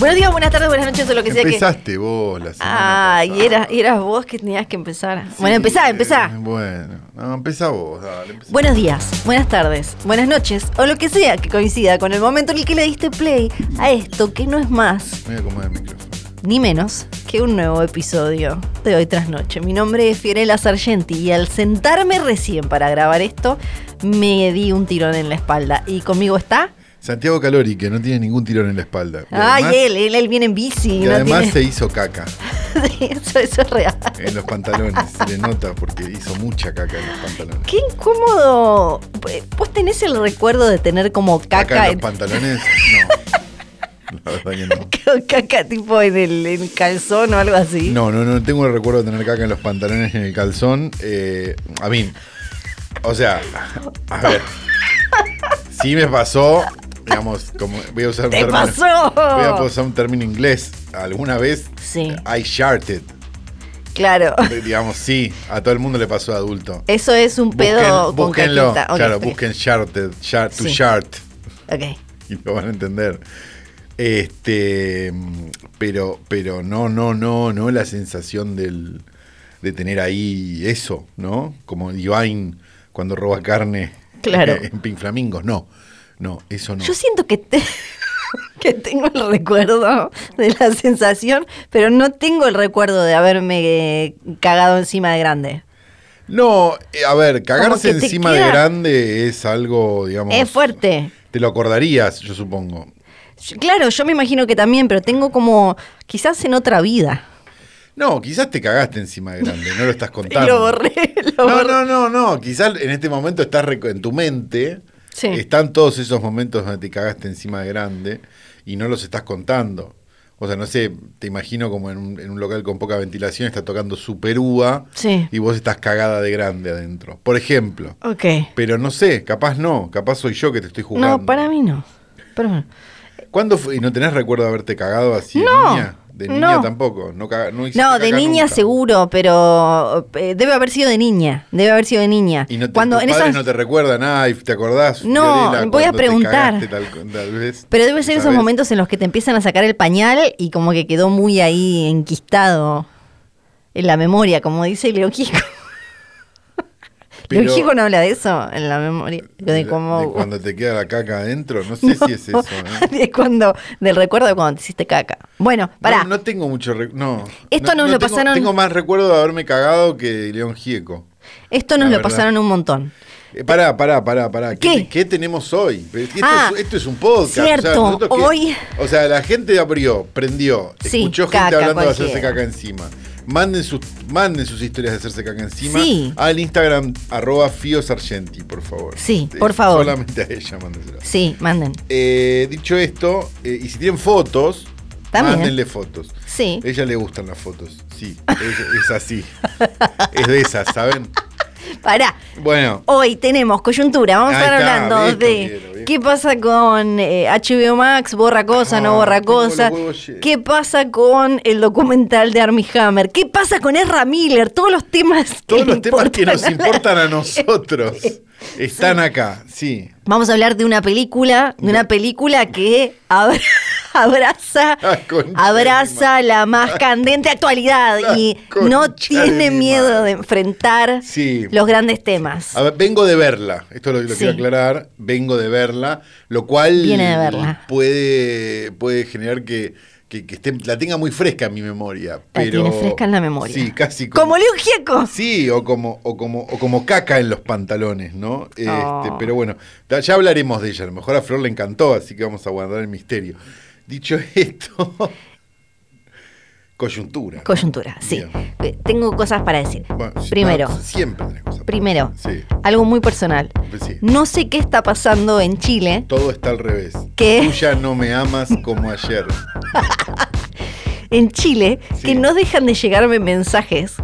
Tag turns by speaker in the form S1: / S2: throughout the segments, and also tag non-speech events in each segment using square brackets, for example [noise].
S1: Buenos días, buenas tardes, buenas noches o lo que sea que.
S2: Empezaste vos la semana.
S1: Ah,
S2: pasada.
S1: y eras, y eras vos que tenías que empezar. bueno, empezá,
S2: Sí,
S1: empezá.
S2: eh, Bueno, no, empezá vos, dale. empezá.
S1: Buenos días, buenas tardes, buenas noches o lo que sea que coincida con el momento en el que le diste play a esto que no es más
S2: Me voy a acomodar el micrófono.
S1: ni menos que un nuevo episodio de Hoy Tras Noche. Mi nombre es Fiorella Sargenti y al sentarme recién para grabar esto me di un tirón en la espalda y conmigo está.
S2: Santiago Calori, que no tiene ningún tirón en la espalda. Y
S1: Ay,
S2: además-
S1: él, él, él viene en bici.
S2: Y
S1: no
S2: además
S1: tiene-
S2: se hizo caca
S1: [laughs] Sí, eso, eso es real.
S2: en los pantalones. se le nota porque hizo mucha caca en los pantalones.
S1: Qué incómodo. ¿Vos tenés el recuerdo de tener como
S2: Caca
S1: caca,
S2: en
S1: en-
S2: los pantalones, no. La verdad que no.
S1: [laughs] caca tipo en el en calzón o algo así?
S2: No, no, no tengo el recuerdo de tener caca en los pantalones y en el calzón. Eh, a mí. O sea, a ver. Sí me pasó, digamos, como voy a usar un
S1: ¡Te
S2: término.
S1: pasó!
S2: Voy a eh, usar un término inglés. Alguna vez
S1: Sí.
S2: I sharted.
S1: Claro. [laughs]
S2: Digamos, sí, a todo el mundo le pasó de adulto.
S1: Eso es un pedo
S2: Busquen-
S1: con
S2: búsquenlo.
S1: caquita. Ok,
S2: claro,
S1: ok,
S2: busquen sharted, shart, to
S1: Sí.
S2: shart.
S1: ok.
S2: Y lo van a entender. Este, pero, pero no, no, no, no la sensación del, de tener ahí eso, ¿no? Como Divine cuando roba carne eh,
S1: Claro.
S2: en Pink Flamingos. No, no, eso no.
S1: Yo siento que, te- [laughs] que tengo el recuerdo de la [laughs] sensación, pero no tengo el recuerdo de haberme eh, cagado encima de grande.
S2: No, eh, a ver, cagarse
S1: que te
S2: encima
S1: queda-
S2: de grande es algo, digamos.
S1: Es fuerte.
S2: Te lo acordarías, yo supongo.
S1: Yo- Claro, yo me imagino que también, pero tengo como quizás en otra vida.
S2: No, quizás te cagaste encima de grande, no lo estás
S1: [laughs]
S2: contando.
S1: Y lo borré, [laughs] lo
S2: no,
S1: borré.
S2: no, no, no. Quizás en este momento estás reco- en tu mente.
S1: Sí.
S2: Están todos esos momentos donde te cagaste encima de grande y no los estás contando. O sea, no sé, te imagino como en un, en un local con poca ventilación está tocando Super Uva
S1: Sí.
S2: y vos estás cagada de grande adentro. Por ejemplo.
S1: Ok.
S2: Pero no sé, capaz no, capaz soy yo que te estoy jugando.
S1: No, para mí no. Pero bueno.
S2: ¿Cuándo fue? ¿Y no tenés recuerdo de haberte cagado así de
S1: No,
S2: niña? De niña
S1: no.
S2: tampoco. No, caga- no, hiciste
S1: No, de
S2: caca
S1: niña
S2: nunca.
S1: seguro, pero eh, debe haber sido de niña. Debe haber sido de niña.
S2: Y no te,
S1: Cuando
S2: tus
S1: en
S2: padres
S1: esas-
S2: no te recuerdan, ay, ¿te acordás?
S1: No,
S2: Fiorella,
S1: voy a
S2: cuando te
S1: preguntar.
S2: cagaste tal- tal vez?
S1: Pero debe ser esos
S2: ¿Sabés?
S1: momentos en los que te empiezan a sacar el pañal y como que quedó muy ahí enquistado en la memoria, como dice Leo Kiko. [laughs] Leo
S2: Pero-
S1: Kiko no habla de eso en la memoria. Lo De,
S2: la-
S1: cómo-
S2: de
S1: [laughs]
S2: cuando te queda la caca adentro, no sé si es eso. ¿eh?
S1: de cuando, del recuerdo de cuando te hiciste caca. Bueno, [laughs] pará.
S2: No, no tengo mucho recuerdo. No.
S1: Esto nos
S2: No- no
S1: lo
S2: tengo-
S1: pasaron-
S2: Tengo más recuerdo de haberme cagado que de León Gieco.
S1: Esto nos lo
S2: La verdad.
S1: pasaron un montón.
S2: Eh, pará, pará, pará, pará. ¿Qué,
S1: ¿Qué?
S2: te- qué tenemos hoy? Esto,
S1: Ah,
S2: es, esto es un podcast.
S1: cierto,
S2: nosotros que-
S1: hoy-
S2: O sea, la gente abrió, prendió,
S1: Sí,
S2: escuchó gente
S1: caca
S2: hablando de hacerse
S1: cualquiera.
S2: caca encima. Manden sus, manden sus historias de hacerse caca encima
S1: Sí.
S2: al Instagram arroba Fio Sargenti, por favor.
S1: Sí,
S2: Eh,
S1: por favor.
S2: Solamente a ella mándensela.
S1: Sí, manden.
S2: Eh, dicho esto, eh, y si tienen fotos,
S1: También.
S2: mándenle fotos.
S1: Sí.
S2: A ella le gustan las fotos, sí, es, es así. es de esas, ¿saben?
S1: Pará.
S2: Bueno,
S1: Hoy tenemos coyuntura, vamos a
S2: Ahí
S1: estar
S2: está,
S1: hablando
S2: listo,
S1: de
S2: quiero, bien.
S1: qué pasa con eh, HBO Max, borra cosa, no
S2: Ah,
S1: borra
S2: tengo los
S1: cosa,
S2: huevos llenos.
S1: qué pasa con el documental de Armie Hammer, qué pasa con Ezra Miller, todos los temas que
S2: Todos los temas que
S1: importan
S2: nos
S1: a la-
S2: importan a nosotros están acá, sí.
S1: [laughs] Vamos a hablar de una película, de una película que abra- [laughs] abraza,
S2: La concha de
S1: abraza la más candente actualidad
S2: La
S1: y
S2: concha
S1: no
S2: de
S1: tiene
S2: mi
S1: miedo
S2: madre.
S1: de enfrentar
S2: Sí.
S1: los grandes temas.
S2: A ver, vengo de verla, esto lo, lo
S1: Sí.
S2: quiero aclarar, vengo de verla, lo cual
S1: Viene de verla.
S2: puede, puede generar que, que- que esté- la tenga muy fresca en mi memoria.
S1: La
S2: Ah, Pero,
S1: tiene fresca en la memoria.
S2: Sí, casi
S1: Como Leo Gieco.
S2: Sí, o como, o como, o como caca en los pantalones, ¿no? Este,
S1: Oh.
S2: Pero bueno, da- ya hablaremos de ella. A lo mejor a Flor le encantó, así que vamos a guardar el misterio. Dicho esto, [laughs] coyuntura. ¿no?
S1: Coyuntura, sí.
S2: Bien.
S1: Eh, Tengo cosas para decir.
S2: Bueno, sí,
S1: Primero,
S2: no, siempre tenés cosas para
S1: primero,
S2: decir.
S1: algo muy personal.
S2: Sí, pues sí.
S1: No sé qué está pasando en Chile,
S2: Todo está al revés.
S1: ¿Qué?
S2: Tú ya no me amas como ayer.
S1: en Chile,
S2: Sí.
S1: que no dejan de llegarme mensajes.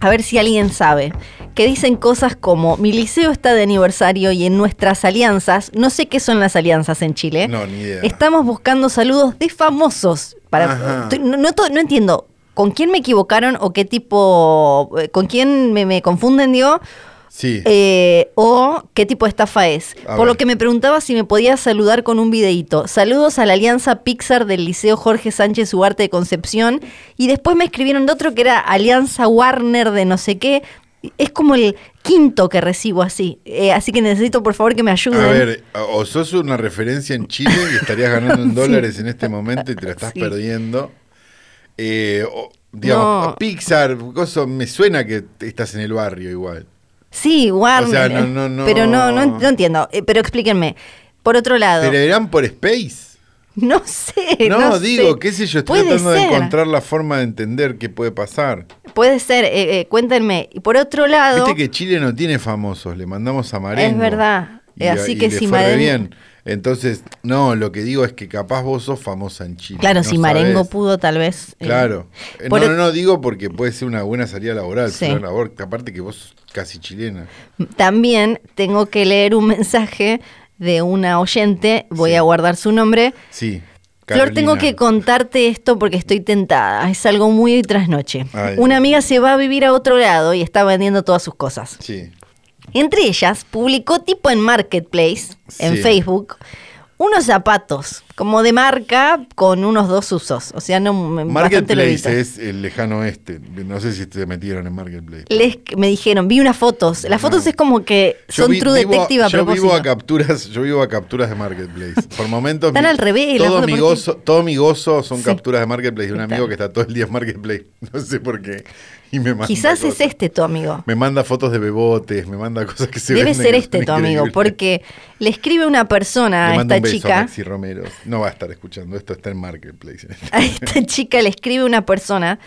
S1: A ver si alguien sabe. que dicen cosas como, mi liceo está de aniversario y en nuestras alianzas, no sé qué son las alianzas en Chile,
S2: No, ni idea.
S1: estamos buscando saludos de famosos. Para,
S2: Ajá.
S1: Estoy- no, no to- no entiendo con quién me equivocaron o qué tipo, eh, con quién me, me confunden, digo.
S2: Sí.
S1: Eh, o qué tipo de estafa es.
S2: A
S1: Por
S2: ver.
S1: lo que me preguntaba si me podía saludar con un videíto. Saludos a la Alianza Pixar del Liceo Jorge Sánchez Ugarte de Concepción. Y después me escribieron de otro que era Alianza Warner de no sé qué. Es como el quinto que recibo así. Eh, así que necesito por favor que me
S2: a
S1: ayuden.
S2: ver, o sos una referencia en Chile y estarías ganando
S1: [laughs]
S2: en
S1: Sí.
S2: dólares en este momento y te la estás
S1: Sí.
S2: perdiendo. Eh, o, digamos,
S1: No.
S2: Pixar, coso, me suena que te- estás en el barrio igual.
S1: Sí, Warner.
S2: no, no, no.
S1: Pero no, no, no entiendo. Eh, pero explíquenme. Por otro lado,
S2: ¿Te verán por Space?
S1: [laughs] no sé.
S2: eh, No,
S1: Eh, no sé.
S2: digo, qué sé yo, estoy
S1: Puede
S2: tratando de
S1: ser.
S2: encontrar la forma de entender qué puede pasar.
S1: Puede ser, eh, eh, cuéntenme. Y por otro lado.
S2: Viste que Chile no tiene famosos, le mandamos a Marengo.
S1: Es verdad.
S2: Y,
S1: Así
S2: y
S1: que
S2: le
S1: si
S2: fue re
S1: Marengo-
S2: bien. Entonces, no, lo que digo es que capaz vos sos famosa en Chile.
S1: Claro,
S2: no
S1: si Marengo
S2: sabés.
S1: pudo, tal vez. eh,
S2: Claro. Eh,
S1: por
S2: no,
S1: o-
S2: no, no, digo porque puede ser una buena salida laboral,
S1: Sí.
S2: pero labor, aparte que vos sos casi chilena.
S1: También tengo que leer un mensaje de una oyente, voy
S2: Sí.
S1: a guardar su nombre.
S2: Sí.
S1: Flor, tengo que
S2: Carolina.
S1: contarte esto porque estoy tentada. Es algo muy trasnoche.
S2: Ay.
S1: Una amiga se va a vivir a otro lado y está vendiendo todas sus cosas.
S2: Sí.
S1: Entre ellas, publicó tipo en Marketplace, en
S2: Sí.
S1: Facebook, unos zapatos, como de marca, con unos dos usos. O sea, no bastante levita.
S2: Marketplace es el lejano oeste. No sé si se metieron en Marketplace.
S1: les me dijeron, vi unas fotos. Las fotos es como que
S2: Yo
S1: son
S2: vi-
S1: True
S2: vivo a-
S1: Detective a
S2: yo vivo a
S1: propósito.
S2: capturas, yo vivo a capturas de Marketplace. Por momentos
S1: Están al revés, la
S2: Todo
S1: foto
S2: mi
S1: por ti.
S2: gozo, todo mi gozo son
S1: Sí.
S2: capturas de Marketplace de un
S1: Está.
S2: amigo que está todo el día en Marketplace. [laughs] No sé por qué. Y me manda
S1: Quizás es
S2: cosas.
S1: este tu amigo.
S2: Me manda fotos de bebotes, me manda cosas [laughs] que se
S1: Debe
S2: venden
S1: ser
S2: que
S1: este
S2: son
S1: tu amigo,
S2: [laughs] increíbles.
S1: porque le escribe una persona
S2: Le
S1: a
S2: mando
S1: Ah, esta
S2: un beso a
S1: chica.
S2: Maxi Romero. No va a estar escuchando esto, está en Marketplace.
S1: [laughs]
S2: [laughs]
S1: A esta chica le escribe una persona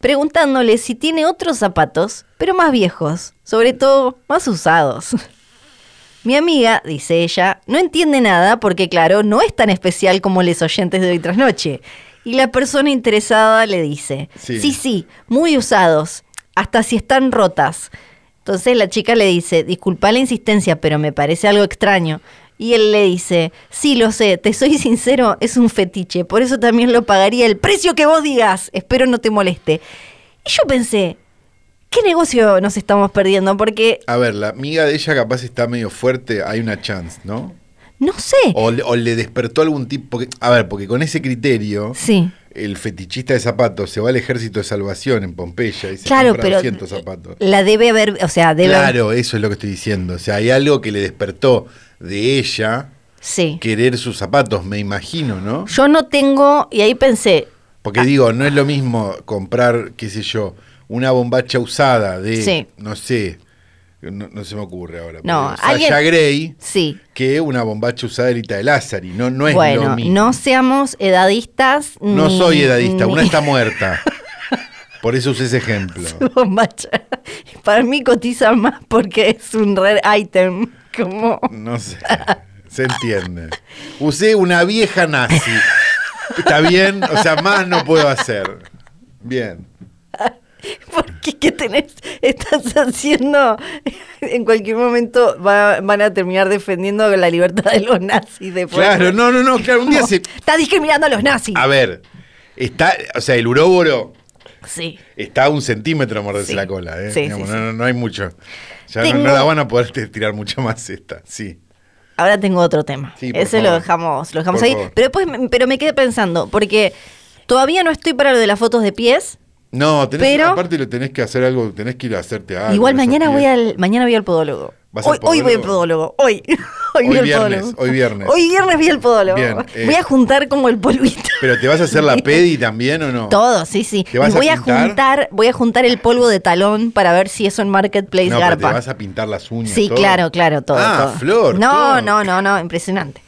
S1: preguntándole si tiene otros zapatos, pero más viejos, sobre todo más usados. Mi amiga, dice ella, no entiende nada porque, claro, no es tan especial como los oyentes de hoy tras noche. Y la persona interesada le dice,
S2: Sí.
S1: sí, sí, muy usados, hasta si están rotas. Entonces la chica le dice, disculpa la insistencia, pero me parece algo extraño. Y él le dice, sí, lo sé, te soy sincero, es un fetiche, por eso también lo pagaría el precio que vos digas, espero no te moleste. Y yo pensé, ¿qué negocio nos estamos perdiendo? Porque,
S2: A ver, la amiga de ella capaz está medio fuerte, hay una chance, ¿no?
S1: no sé.
S2: O le, o le despertó algún tipo. porque- a ver, porque con ese criterio.
S1: Sí.
S2: el fetichista de zapatos se va al ejército de salvación en Pompeya y se
S1: Claro,
S2: compra
S1: pero eh,
S2: 200 zapatos.
S1: la debe haber, o sea, debe haber-
S2: Claro, eso es lo que estoy diciendo. O sea, hay algo que le despertó de ella
S1: sí.
S2: querer sus zapatos, me imagino, ¿no?
S1: Yo no tengo, y ahí pensé,
S2: Porque
S1: Ah.
S2: digo, no es lo mismo comprar, qué sé yo, una bombacha usada de,
S1: Sí.
S2: no sé, no, no se me ocurre ahora.
S1: No,
S2: pero Sasha
S1: alguien-
S2: Grey
S1: sí.
S2: que una bombacha usada de Lita de Lázari. No, no es lo
S1: bueno,
S2: mismo.
S1: no seamos edadistas.
S2: No
S1: ni-
S2: soy edadista, una
S1: ni- [laughs]
S2: está muerta. Por eso usé ese ejemplo.
S1: bombacha. Para mí cotiza más porque es un rare item. Como. [laughs]
S2: No sé. Se entiende. Usé una vieja nazi. ¿Está bien? O sea, más no puedo hacer. Bien.
S1: ¿Por qué, ¿Qué tenés? Estás haciendo. En cualquier momento va- van a terminar defendiendo la libertad de los nazis. Después.
S2: Claro, no, no, no, claro, un día
S1: Como,
S2: se.
S1: Estás discriminando a los nazis.
S2: A ver, está, o sea, el uróboro
S1: Sí.
S2: está a un centímetro de morderse
S1: Sí.
S2: la cola, ¿eh?
S1: Sí,
S2: Digamos,
S1: sí,
S2: no,
S1: sí.
S2: no, no hay mucho. Ya no-
S1: Tengo-
S2: no, la van a poder te- tirar mucho más esta, sí.
S1: Ahora tengo otro tema.
S2: Sí, por
S1: Ese lo
S2: favor.
S1: dejamos, lo dejamos
S2: Por
S1: ahí.
S2: favor.
S1: Pero después, me- pero me quedé pensando, porque todavía no estoy para lo de las fotos de pies.
S2: No, tenés,
S1: Pero-
S2: aparte lo tenés que hacer algo, tenés que ir a hacerte algo.
S1: Igual
S2: esos
S1: mañana
S2: pies.
S1: voy al, mañana voy al podólogo.
S2: ¿Vas
S1: Hoy,
S2: al
S1: hoy voy al podólogo,
S2: podólogo?
S1: hoy. [laughs] Hoy,
S2: Hoy
S1: voy al
S2: viernes,
S1: podólogo.
S2: hoy viernes.
S1: Hoy viernes vi al podólogo.
S2: Bien, eh.
S1: Voy a juntar como el polvito.
S2: ¿Pero te vas a
S1: [laughs]
S2: hacer la pedi también o no?
S1: Todo, sí, sí.
S2: ¿Te vas
S1: Y voy a,
S2: a pintar?
S1: juntar, voy a juntar el polvo de talón para ver si eso en Marketplace
S2: No, pero te
S1: garpa.
S2: vas a pintar las uñas.
S1: Sí,
S2: todo.
S1: claro, claro, todo.
S2: Ah,
S1: todo.
S2: Flor.
S1: No,
S2: todo.
S1: no, no, no, impresionante.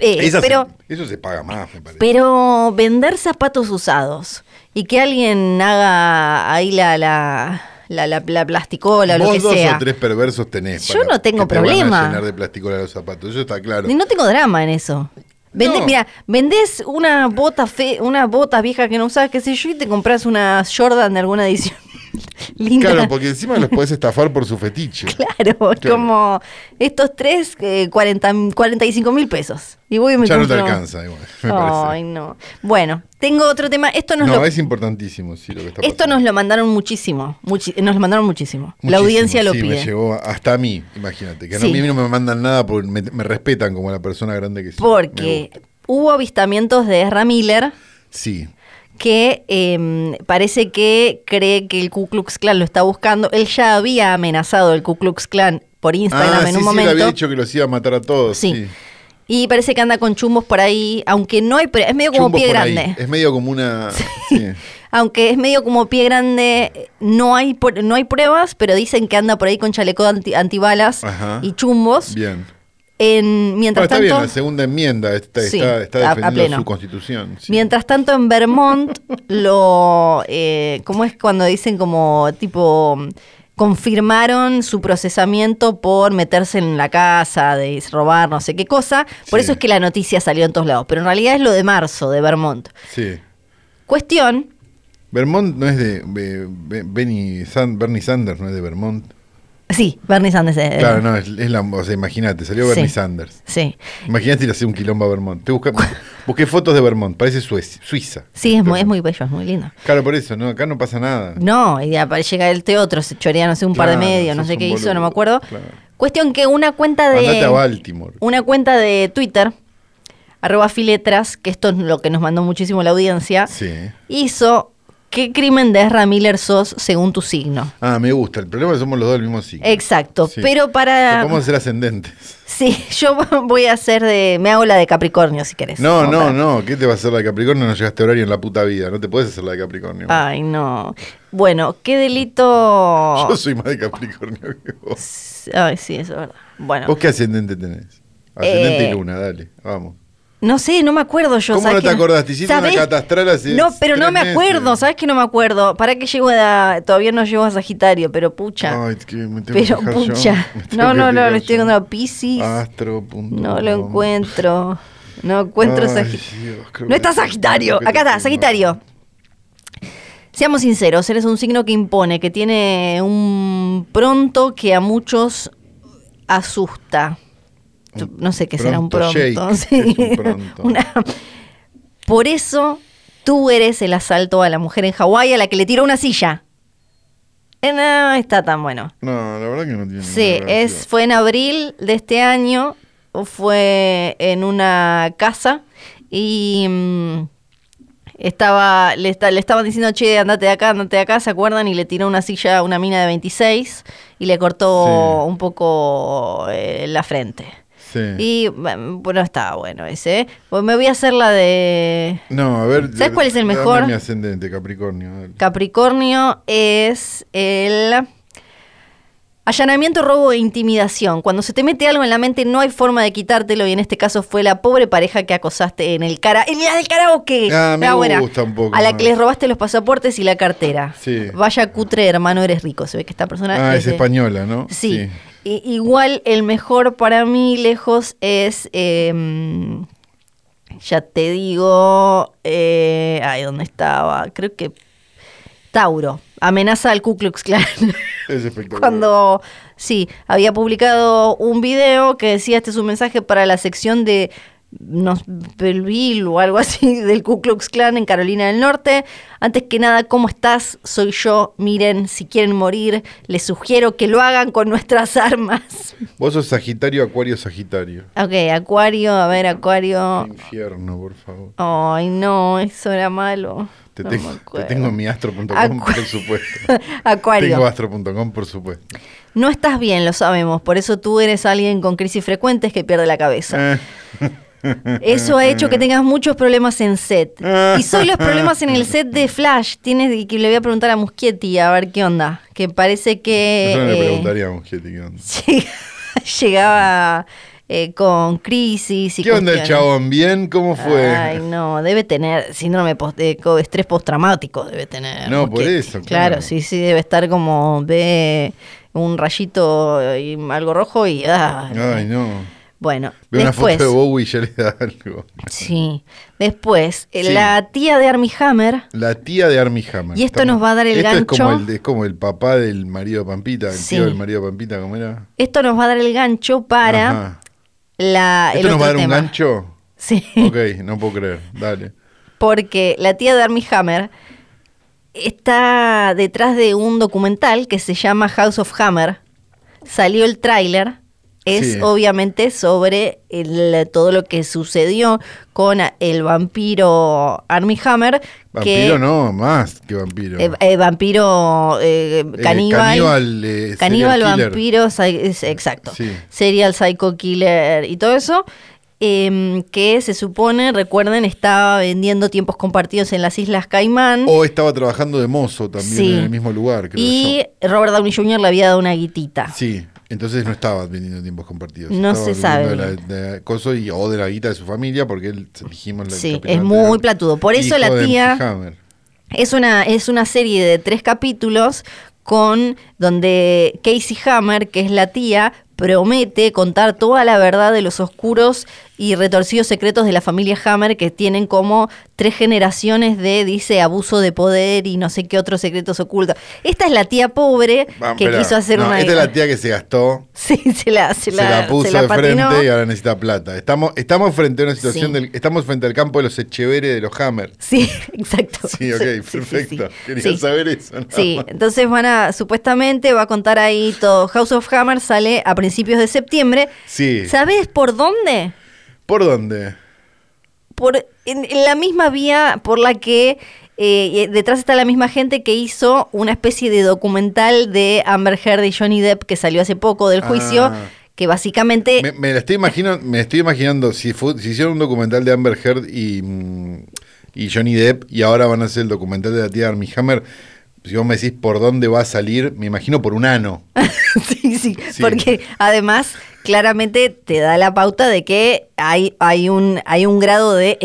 S1: Eh,
S2: Esa se-
S1: pero
S2: eso se paga más, me parece.
S1: Pero vender zapatos usados y que alguien haga ahí la, la, la, la, la plasticola o lo
S2: Vos
S1: que
S2: dos
S1: sea.
S2: o tres perversos tenés.
S1: Yo no tengo
S2: que te van a
S1: problema.
S2: llenar de plasticola los zapatos, eso está claro.
S1: Y No tengo drama en eso. Vendés,
S2: No.
S1: Mira, vendés una bota fe, una bota vieja que no usas, qué sé yo, y te compras una Jordan de alguna edición. [laughs] linda.
S2: Claro, porque encima los podés estafar por su fetiche.
S1: Claro, es
S2: Claro.
S1: como estos tres, eh, 40, 45 mil pesos. Y voy y me
S2: Ya no te
S1: compro-
S2: alcanza, igual, me
S1: Ay,
S2: parece.
S1: no. Bueno, tengo otro tema. Esto nos
S2: No,
S1: lo,
S2: es importantísimo, sí, lo que está
S1: esto
S2: pasando.
S1: nos lo mandaron muchísimo. muchi- nos lo mandaron muchísimo. La
S2: Muchísimo,
S1: audiencia lo
S2: sí,
S1: pide.
S2: me llegó hasta a mí, imagínate. Que no-
S1: Sí.
S2: a mí no me mandan nada porque me, me respetan como la persona grande que soy. Me
S1: Porque
S2: gusta.
S1: hubo avistamientos de Ezra Miller
S2: Sí,
S1: que eh, parece que cree que el Ku Klux Klan lo está buscando. Él ya había amenazado el Ku Klux Klan por Instagram en
S2: Ah, sí,
S1: un
S2: sí, le había
S1: momento.
S2: dicho que los iba a matar a todos.
S1: Sí.
S2: Sí.
S1: y parece que anda con chumbos por ahí, aunque no hay... pre- Es medio como
S2: Chumbos
S1: pie
S2: por ahí. eh.
S1: grande.
S2: Es medio
S1: [laughs]
S2: como una. sí.
S1: Aunque es medio como pie grande, no hay, pr- no hay pruebas, pero dicen que anda por ahí con chaleco anti- antibalas
S2: Ajá.
S1: y chumbos.
S2: Bien.
S1: En,
S2: Bueno,
S1: mientras
S2: está bien, la
S1: tanto,
S2: segunda enmienda está,
S1: Sí,
S2: está- está
S1: a- a
S2: defendiendo
S1: pleno.
S2: su constitución. sí.
S1: mientras tanto en
S2: [laughs]
S1: Vermont lo, eh, ¿cómo es cuando dicen como tipo confirmaron su procesamiento por meterse en la casa, de robar, no sé qué cosa? Por
S2: Sí.
S1: eso es que la noticia salió en todos lados, pero en realidad es lo de marzo de Vermont.
S2: Sí.
S1: Cuestión,
S2: Vermont no es de. Be- Be- Benny San- Bernie Sanders no es de Vermont.
S1: sí, Bernie Sanders. es de
S2: Claro,
S1: Vermont.
S2: no, es, es la. O sea, imagínate, salió Bernie
S1: Eh. Sí.
S2: Sanders.
S1: Sí.
S2: Imagínate ir a hacer un quilombo a Vermont. Te busca- [laughs] busqué fotos de Vermont, parece Suecia, Suiza.
S1: Sí, es muy, es muy bello, es muy lindo.
S2: Claro, por eso, ¿no? Acá no pasa nada.
S1: No, y apa- llega este otro, se chorea, no sé, un par de
S2: Claro,
S1: medios, no
S2: sos
S1: sé
S2: un
S1: qué hizo, no me
S2: boludo,
S1: acuerdo.
S2: claro.
S1: Cuestión que una cuenta
S2: Mandate a
S1: de.
S2: Baltimore.
S1: Una cuenta de Twitter, arroba filetras, que esto es lo que nos mandó muchísimo la audiencia,
S2: Sí.
S1: hizo ¿Qué crimen de Ezra Miller sos según tu signo?
S2: Ah, me gusta. El problema es que somos los dos del mismo signo.
S1: Exacto,
S2: Sí.
S1: pero para.
S2: Vamos a ser ascendentes.
S1: Sí, [laughs] yo voy a hacer de. Me hago la de Capricornio si querés.
S2: No,
S1: como para-
S2: no, no. ¿Qué te va a hacer la de Capricornio? No llegaste a horario en la puta vida. No te puedes hacer la de Capricornio.
S1: Ay, no. Bueno, ¿qué delito.
S2: [laughs] Yo soy más de Capricornio que vos.
S1: Ay, sí, eso es verdad. Bueno.
S2: ¿Vos qué ascendente tenés? Ascendente
S1: Eh,
S2: y luna, dale. Vamos.
S1: No sé, no me acuerdo yo.
S2: ¿Cómo
S1: ¿sabes
S2: no te
S1: que
S2: acordás? Te hiciste una cata astral hace
S1: No, pero no
S2: tres
S1: me
S2: meses.
S1: acuerdo, ¿sabes que no me acuerdo? ¿Para qué llego a... Todavía no llego a Sagitario, pero pucha.
S2: Ay, es que me tengo que
S1: pero
S2: fijar yo.
S1: pucha.
S2: [laughs] Me tengo
S1: No,
S2: que
S1: no, no,
S2: fijar
S1: lo estoy
S2: yo. Ah,
S1: encontrando. Piscis.
S2: Astro. punto
S1: no lo
S2: com.
S1: encuentro. No encuentro
S2: Ay,
S1: Sagitario.
S2: Dios, creo
S1: No
S2: que-
S1: está Sagitario.
S2: creo que
S1: Acá
S2: te
S1: está,
S2: tengo.
S1: Sagitario. Seamos sinceros, eres un signo que impone, que tiene un pronto que a muchos asusta. Yo
S2: Un
S1: no sé qué será un
S2: pronto
S1: pronto.
S2: shake,
S1: [laughs] sí.
S2: es un pronto.
S1: Una- Por eso tú eres el asalto a la mujer en Hawái a la que le tiró una silla. Eh, No está tan bueno.
S2: No, la verdad que no tiene.
S1: Sí,
S2: ninguna gracia.
S1: es, fue en abril de este año, fue en una casa y mm, estaba, le, esta- le estaban diciendo, che, andate de acá, andate de acá, ¿se acuerdan? Y le tiró una silla a una mina de 26 y le cortó
S2: Sí.
S1: un poco eh, la frente.
S2: Sí.
S1: Y mm, bueno, estaba bueno ese. ¿eh? Pues me voy a hacer la de
S2: No, a ver.
S1: ¿Sabes cuál es el
S2: dame
S1: mejor?
S2: mi ascendente, Capricornio. dale.
S1: Capricornio, es el allanamiento, robo e intimidación. Cuando se te mete algo en la mente no hay forma de quitártelo y en este caso fue la pobre pareja que acosaste en el cara, en la del karaoke.
S2: Ah, me
S1: La
S2: gusta un poco
S1: A la
S2: más.
S1: que les robaste los pasaportes y la cartera.
S2: Sí.
S1: Vaya cutre, hermano, eres rico. Se ve que esta persona
S2: Ah, es
S1: de-
S2: española, ¿no?
S1: Sí. I- igual el mejor para mí lejos es, eh, ya te digo, eh, ay, ¿dónde estaba? Creo que Tauro, amenaza al Ku Klux Klan. [laughs]
S2: Es espectacular.
S1: Cuando, sí, había publicado un video que decía, este es un mensaje para la sección de no, Belleville o algo así [laughs] del Ku Klux Klan en Carolina del Norte. Antes que nada, ¿cómo estás? Soy yo. Miren, si quieren morir, les sugiero que lo hagan con nuestras [laughs] armas.
S2: Vos sos Sagitario, Acuario, Sagitario.
S1: Ok, Acuario, a ver, Acuario.
S2: Infierno, por favor.
S1: Ay, no, eso era malo.
S2: Te,
S1: No
S2: tengo,
S1: me
S2: te
S1: acuerdo.
S2: tengo en mi astro.com,
S1: Acu-
S2: por supuesto.
S1: [laughs] Acuario.
S2: Tengo astro.com, por supuesto.
S1: No estás bien, lo sabemos. Por eso tú eres alguien con crisis frecuentes que pierde la
S2: [laughs]
S1: cabeza.
S2: Eh,
S1: Eso ha hecho que tengas muchos problemas en set. Y son los problemas en el
S2: [laughs]
S1: set de Flash. Tienes y que le voy a preguntar a Muschietti a ver qué onda. Que parece que
S2: Nosotros le
S1: eh, [laughs]
S2: preguntaríamos, Getty, ¿qué onda?
S1: llegaba eh, con crisis y
S2: ¿Qué onda el
S1: cuestiones.
S2: chabón? ¿Bien? ¿Cómo fue?
S1: este, Ay, no, debe tener síndrome post- de co- estrés postraumático, debe tener.
S2: No, por
S1: Muschietti.
S2: eso,
S1: Claro,
S2: claro.
S1: sí, sí, debe estar como ve un rayito y algo rojo y ah,
S2: Ay, no.
S1: Bueno,
S2: Veo
S1: después.
S2: una foto de Bowie y ya le da algo.
S1: Sí. Después, eh,
S2: Sí.
S1: la tía de Armie Hammer.
S2: La tía de Armie Hammer.
S1: Y esto nos va a dar el
S2: esto Es como
S1: gancho.
S2: el, es como el papá del marido de Pampita, el
S1: Sí.
S2: tío del marido de Pampita, ¿cómo era?
S1: Esto nos va a dar el gancho para
S2: Ajá.
S1: la.
S2: ¿Esto
S1: el
S2: nos va a dar
S1: otro
S2: un
S1: tema.
S2: gancho?
S1: [laughs] Sí.
S2: Ok, no puedo creer. Dale.
S1: Porque la tía de Armie Hammer está detrás de un documental que se llama House of Hammer. Salió el tráiler. Es
S2: Sí.
S1: obviamente sobre el- todo lo que sucedió con a- el vampiro Armie Hammer.
S2: Vampiro
S1: que,
S2: no, más que vampiro.
S1: eh, eh, vampiro eh,
S2: Eh,
S1: caníbal.
S2: caníbal, eh,
S1: Caníbal,
S2: serial killer.
S1: vampiro, psy- es- exacto.
S2: Sí.
S1: Serial psycho killer y todo eso. em, que se supone, recuerden, estaba vendiendo tiempos compartidos en las Islas Caimán.
S2: O estaba trabajando de mozo también
S1: Sí.
S2: en el mismo lugar, creo
S1: y
S2: yo.
S1: Robert Downey Jr. le había dado una guitita.
S2: Sí, entonces no estaba vendiendo tiempos compartidos.
S1: No
S2: Estaba
S1: se sabe
S2: viviendo De la, de la cosa y, o de la guita de su familia, porque él, dijimos en el
S1: Sí,
S2: capítulo
S1: es muy
S2: anterior,
S1: platudo. Por eso
S2: hijo
S1: la
S2: de MC
S1: tía-
S2: Hammer.
S1: Es una, es una serie de tres capítulos con donde Casey Hammer, que es la tía, promete contar toda la verdad de los oscuros y retorcidos secretos de la familia Hammer, que tienen como tres generaciones de, dice, abuso de poder y no sé qué otros secretos ocultos. Esta es la tía pobre
S2: Vamos,
S1: que
S2: esperá.
S1: quiso hacer
S2: No,
S1: una...
S2: Esta es la tía que se gastó,
S1: [laughs] Sí, se la, se
S2: se
S1: la-
S2: la puso
S1: se la
S2: de
S1: patinó.
S2: frente y ahora necesita plata. Estamos, estamos frente a una situación
S1: Sí.
S2: del, estamos frente al campo de los Echeveres de los
S1: [laughs]
S2: Hammer.
S1: Sí, exacto.
S2: Sí, ok,
S1: sí,
S2: perfecto.
S1: sí.
S2: Quería
S1: Sí.
S2: saber eso. nada
S1: Sí,
S2: [laughs] más.
S1: entonces van a, supuestamente va a contar ahí todo. House of Hammer sale a principios de septiembre.
S2: Sí.
S1: ¿Sabes por dónde?
S2: ¿Por dónde?
S1: Por en, en la misma vía por la que eh, y detrás está la misma gente que hizo una especie de documental de Amber Heard y Johnny Depp que salió hace poco del juicio,
S2: Ah.
S1: que básicamente
S2: Me, me la estoy imaginando, me estoy imaginando si, fu- si hicieron un documental de Amber Heard y, mm, y Johnny Depp y ahora van a hacer el documental de la tía Armie Hammer, si vos me decís por dónde va a salir, me imagino por un ano.
S1: [laughs] sí, sí,
S2: Sí.
S1: porque además claramente te da la pauta de que hay, hay, un, hay un grado de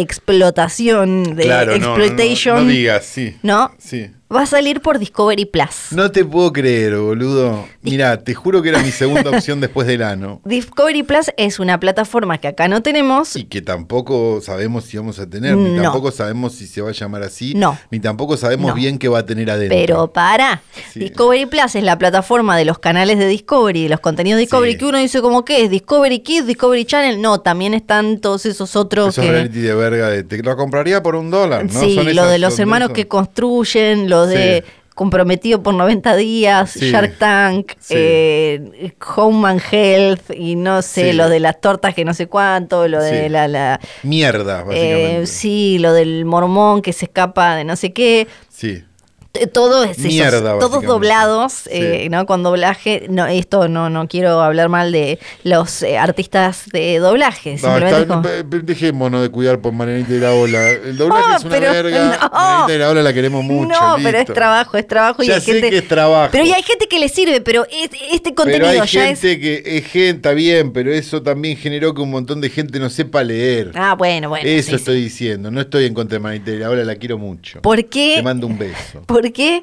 S1: explotación, de
S2: [laughs] claro, no, no, no,
S1: exploitation.
S2: No, digas, sí.
S1: ¿No?
S2: Sí.
S1: Va a salir por Discovery Plus.
S2: No te puedo creer, boludo. Mira, te juro que era mi segunda opción después del ano.
S1: Discovery Plus es una plataforma que acá no tenemos.
S2: Y que tampoco sabemos si vamos a tener, ni
S1: No.
S2: tampoco sabemos si se va a llamar así,
S1: No.
S2: ni tampoco sabemos
S1: No.
S2: bien qué va a tener adentro.
S1: Pero para,
S2: Sí.
S1: Discovery Plus es la plataforma de los canales de Discovery, de los contenidos de Discovery,
S2: Sí.
S1: que uno dice como que es Discovery Kids, Discovery Channel, no, también están todos esos otros
S2: Esos
S1: que...
S2: reality de verga de te lo compraría por un dólar, ¿no?
S1: sí,
S2: Son
S1: lo
S2: esas-
S1: de los
S2: son
S1: hermanos
S2: esos.
S1: que construyen, lo de
S2: Sí.
S1: comprometido por 90 días,
S2: Sí.
S1: Shark Tank,
S2: Sí.
S1: eh, Home and Health y no sé,
S2: Sí.
S1: lo de las tortas que no sé cuánto, lo de
S2: Sí.
S1: la... la
S2: Mierda, básicamente.
S1: eh, sí, lo del mormón que se escapa de no sé qué.
S2: Sí.
S1: T- Todo es esos-
S2: Mierda,
S1: todos
S2: básicamente.
S1: doblados,
S2: Sí.
S1: eh, ¿no? Con doblaje. No, esto no, no quiero hablar mal de los eh, artistas de doblaje.
S2: No,
S1: simplemente
S2: está-
S1: es como-
S2: pe- pe- dejémonos de cuidar por Marianita y la Ola. El doblaje
S1: Ah,
S2: es una
S1: pero
S2: verga.
S1: no.
S2: Marianita y la Ola la queremos mucho.
S1: No, pero es
S2: listo.
S1: trabajo, es trabajo. Y
S2: Ya
S1: hay
S2: sé
S1: gente,
S2: que es trabajo.
S1: Pero y hay gente que le sirve, pero es- este contenido
S2: Pero hay
S1: ya
S2: gente que es gente, está bien, pero eso también generó que un montón de gente no sepa leer.
S1: es. Ah, bueno, bueno.
S2: eso
S1: sí, sí.
S2: estoy diciendo. No estoy en contra de Marianita y la Ola, la quiero mucho.
S1: ¿Por qué?
S2: Te mando un beso.
S1: ¿Por qué